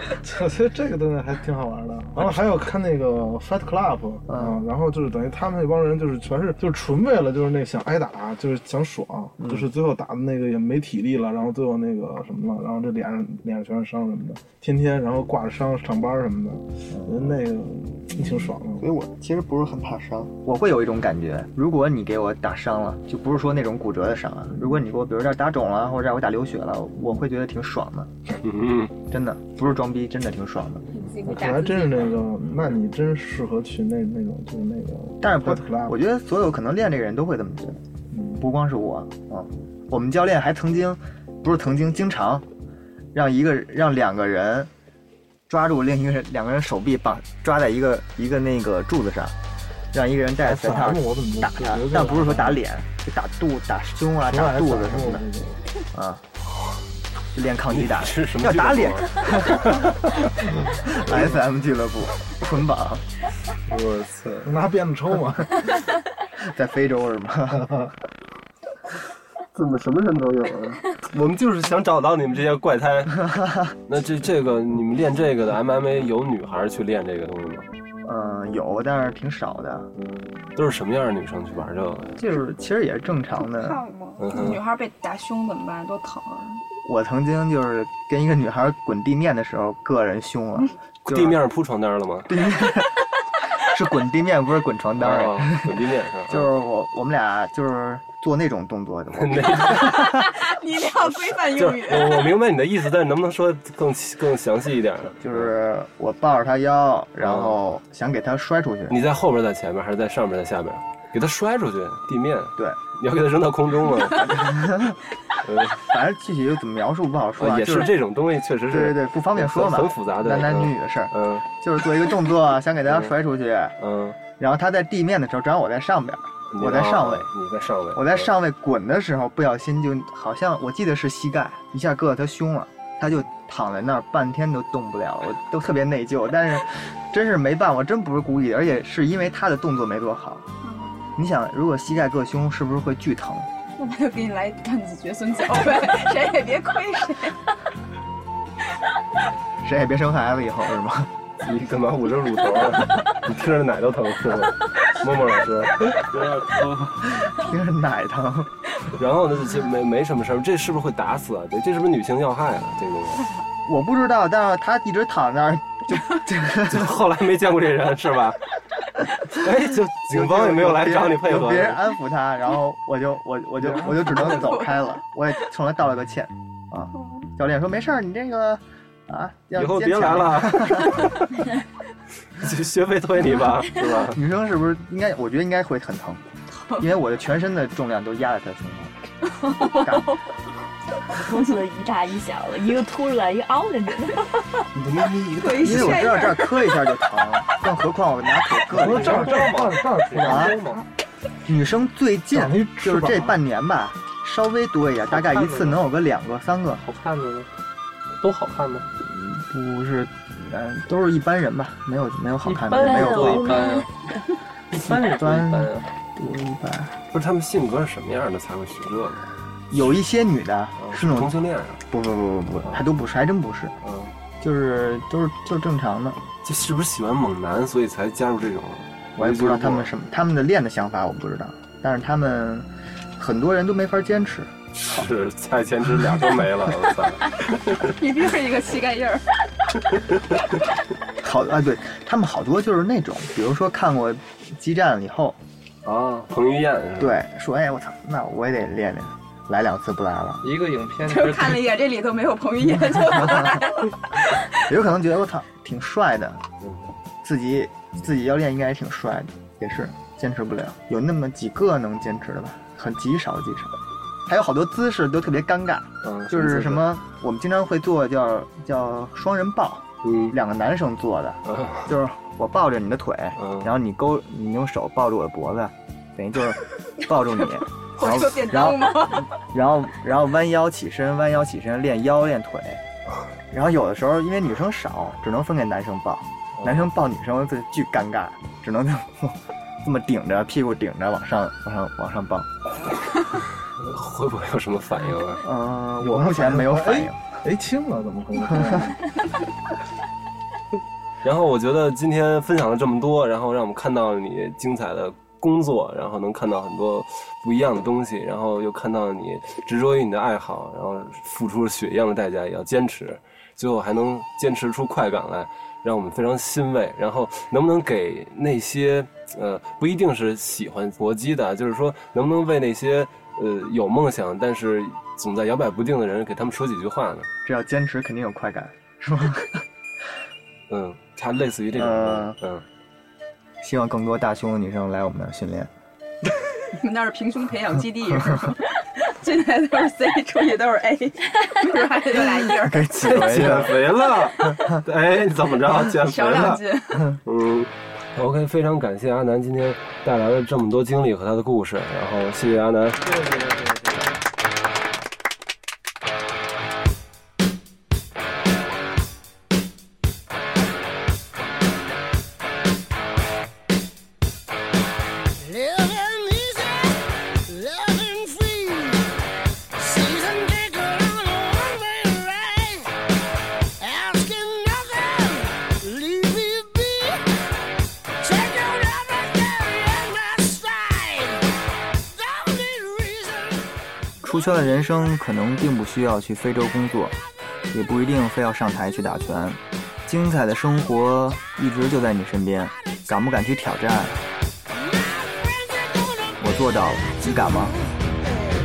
我觉得这个东西还挺好玩的。然后还有看那个 Fight Club，嗯，然后就是等于他们那帮人就是全是就是纯为了就是那想挨打，就是想爽，嗯就是最后打的那个也没体力了，然后最后那个什么了，然后这脸上脸上全是伤什么的，天天然后挂着伤上班什么的，嗯我觉得那个挺爽的。所以我其实不是很怕伤，我会有一种感觉，如果你给我打伤了，就不是说那种骨折的伤啊，如果你给我比如这儿打肿了，或者让我打流血了，我会觉得挺爽的，嗯，真的不是装逼，真的挺爽的。 可还真是那个，那你真适合去那那种就是那个，但是不 Fight，Club，我觉得所有可能练这个人都会这么觉得，嗯不光是我啊，我们教练还曾经，不是曾经，经常让一个让两个人抓住另一个人两个人手臂绑抓在一个一个那个柱子上，让一个人戴着拳套反正啊我怎么打他，但不是说打脸，就打肚打胸啊，打肚子什么的。啊，就练抗击 打，是什么要俱乐部啊？打脸 SM 俱乐部捆绑，我操！拿鞭子抽啊嘛。 在非洲是吗？怎么什么人都有啊？ 我们就是想找到你们这些怪胎。 那这这个你们练这个的 MMA 有女孩去练这个东西吗？嗯，有，但是挺少的，都是什么样的女生去玩这个呀？就是其实也是正常的。看吗嗯哼？女孩被打胸怎么办？多疼啊！我曾经就是跟一个女孩滚地面的时候，个人凶了，就是地面铺床单了吗？地面是滚地面，不是滚床单儿。哦，滚地面是吧？就是我我们俩就是做那种 动作的，我你要规范就用语是。我我 明白你的意思，但是能不能说更更详细一点？就是我抱着她腰，然哦后想给她摔出去。你在后边，在前面，还是在上面，在下边？给它摔出去，地面，对，你要给它扔到空中吗？ 反正具体就怎么描述不好说呃啊，也就是这种东西，确实对对是，对，不方便说嘛，很很复杂的男男女女的事儿，嗯就是做一个动作，想给大家摔出去，嗯，然后他在地面的时候，正好我在上边儿，你我在上位啊你在上位，我在上位滚的时候，不小心就好像我记得是膝盖一下硌到他胸了，他就躺在那儿半天都动不了，我都特别内疚，但是真是没办法，我真不是故意的，而且是因为他的动作没做好。你想，如果膝盖硌胸，是不是会巨疼？那他就给你来一断子绝孙脚呗， 谁也别亏谁。谁也别生孩子以后是吗？ 你干嘛捂着乳头啊？你听着奶都疼是吗？默默老师，听着奶疼，然后呢，这这没没什么事儿，这是不是会打死啊？这这是不是女性要害啊？这个东西，我不知道，但是他一直躺那儿，就 就后来没见过这人是吧？哎，就警方也没有来找你配有合别，啊人安抚他，然后我就我我就我就只能走开了，我也冲他道了个歉啊。教练说没事儿，你这个啊，要以后坚别来强。了， 学学费退你 吧，是吧？女生是不是应该？我觉得应该会很疼，因为我的全身的重量都压在他身上。从此一大一小了，一个秃着脸，一个凹着脸。你妈逼一个因为我知道这儿磕一下就疼，更何况我拿腿硌不一是这下。儿这儿这儿这儿出来啊了，女生最近长一就是翅膀这半年吧，稍微多一点，大概一次能有个两个、三个，好看的呢，都好看吗？不是，嗯，都是一般人吧，没有没有好看的，一般没有人不多好一般啊，一般人多一般啊。多一般。不是他们性格是什么样的才会学这个？有一些女的哦是那同种性恋啊，不不不不不，还都不是，还真不是，嗯，就是都是就是正常的。就是不是喜欢猛男，所以才加入这种？我也不知道他们什么，他们的练的想法我不知道，但是他们很多人都没法坚持。是蔡前之俩都没了，我操！ 一边儿一个膝盖印儿，好啊，对他们好多就是那种，比如说看过激战以后，啊，彭于晏是吧？对，说哎我操，那我也得练练，来两次不来了，一个影片里就是边看了一眼这里头没有彭于晏， 就来了。有可能觉得我操挺帅的嗯，自己自己要练应该也挺帅的，也是坚持不了，有那么几个能坚持的吧，很极少极少，还有好多姿势都特别尴尬，嗯，就是什？么我们经常会做叫叫双人抱，嗯，两个男生做的，啊就是我抱着你的腿，嗯然后你勾，你用手抱住我的脖子，等于就是抱住你，我然后说便然当后吗？ 然后然后弯腰起身，弯腰起身练腰练腿，然后有的时候因为女生少，只能分给男生抱，男生抱女生这巨尴尬，只能这么这么顶着屁股顶着往上往上往上抱。会不会有什么反应啊？嗯、有我的目前没有反反应应。哎，轻了怎么回事？然后我觉得今天分享了这么多，然后让我们看到你精彩的工作，然后能看到很多不一样的东西，然后又看到你执着于你的爱好，然后付出了血一样的代价也要坚持，最后还能坚持出快感来，让我们非常欣慰。然后能不能给那些呃不一定是喜欢搏击的，啊就是说能不能为那些呃有梦想但是总在摇摆不定的人，给他们说几句话呢？只要坚持，肯定有快感，是吧？嗯，他类似于这种，呃嗯，希望更多大胸的女生来我们那儿训练。你们那是平胸培养基地是吗？进来都是 C，出去都是 A，不是还得有俩印儿，给起回去。减肥了，哎，怎么着？减肥少两了，斤。嗯。OK，非常感谢阿南今天带来了这么多经历和他的故事，然后谢谢阿南。 Living easy, loving free. Season ticket on a one-way ride. Asking nothing, leave me be. Taking everything in my stride. Don't need reason. 出圈的人生可能并不需要去非洲工作，也不一定非要上台去打拳。精彩的生活一直就在你身边，敢不敢去挑战？ My friends are gonna 我做到了，你敢吗？ be.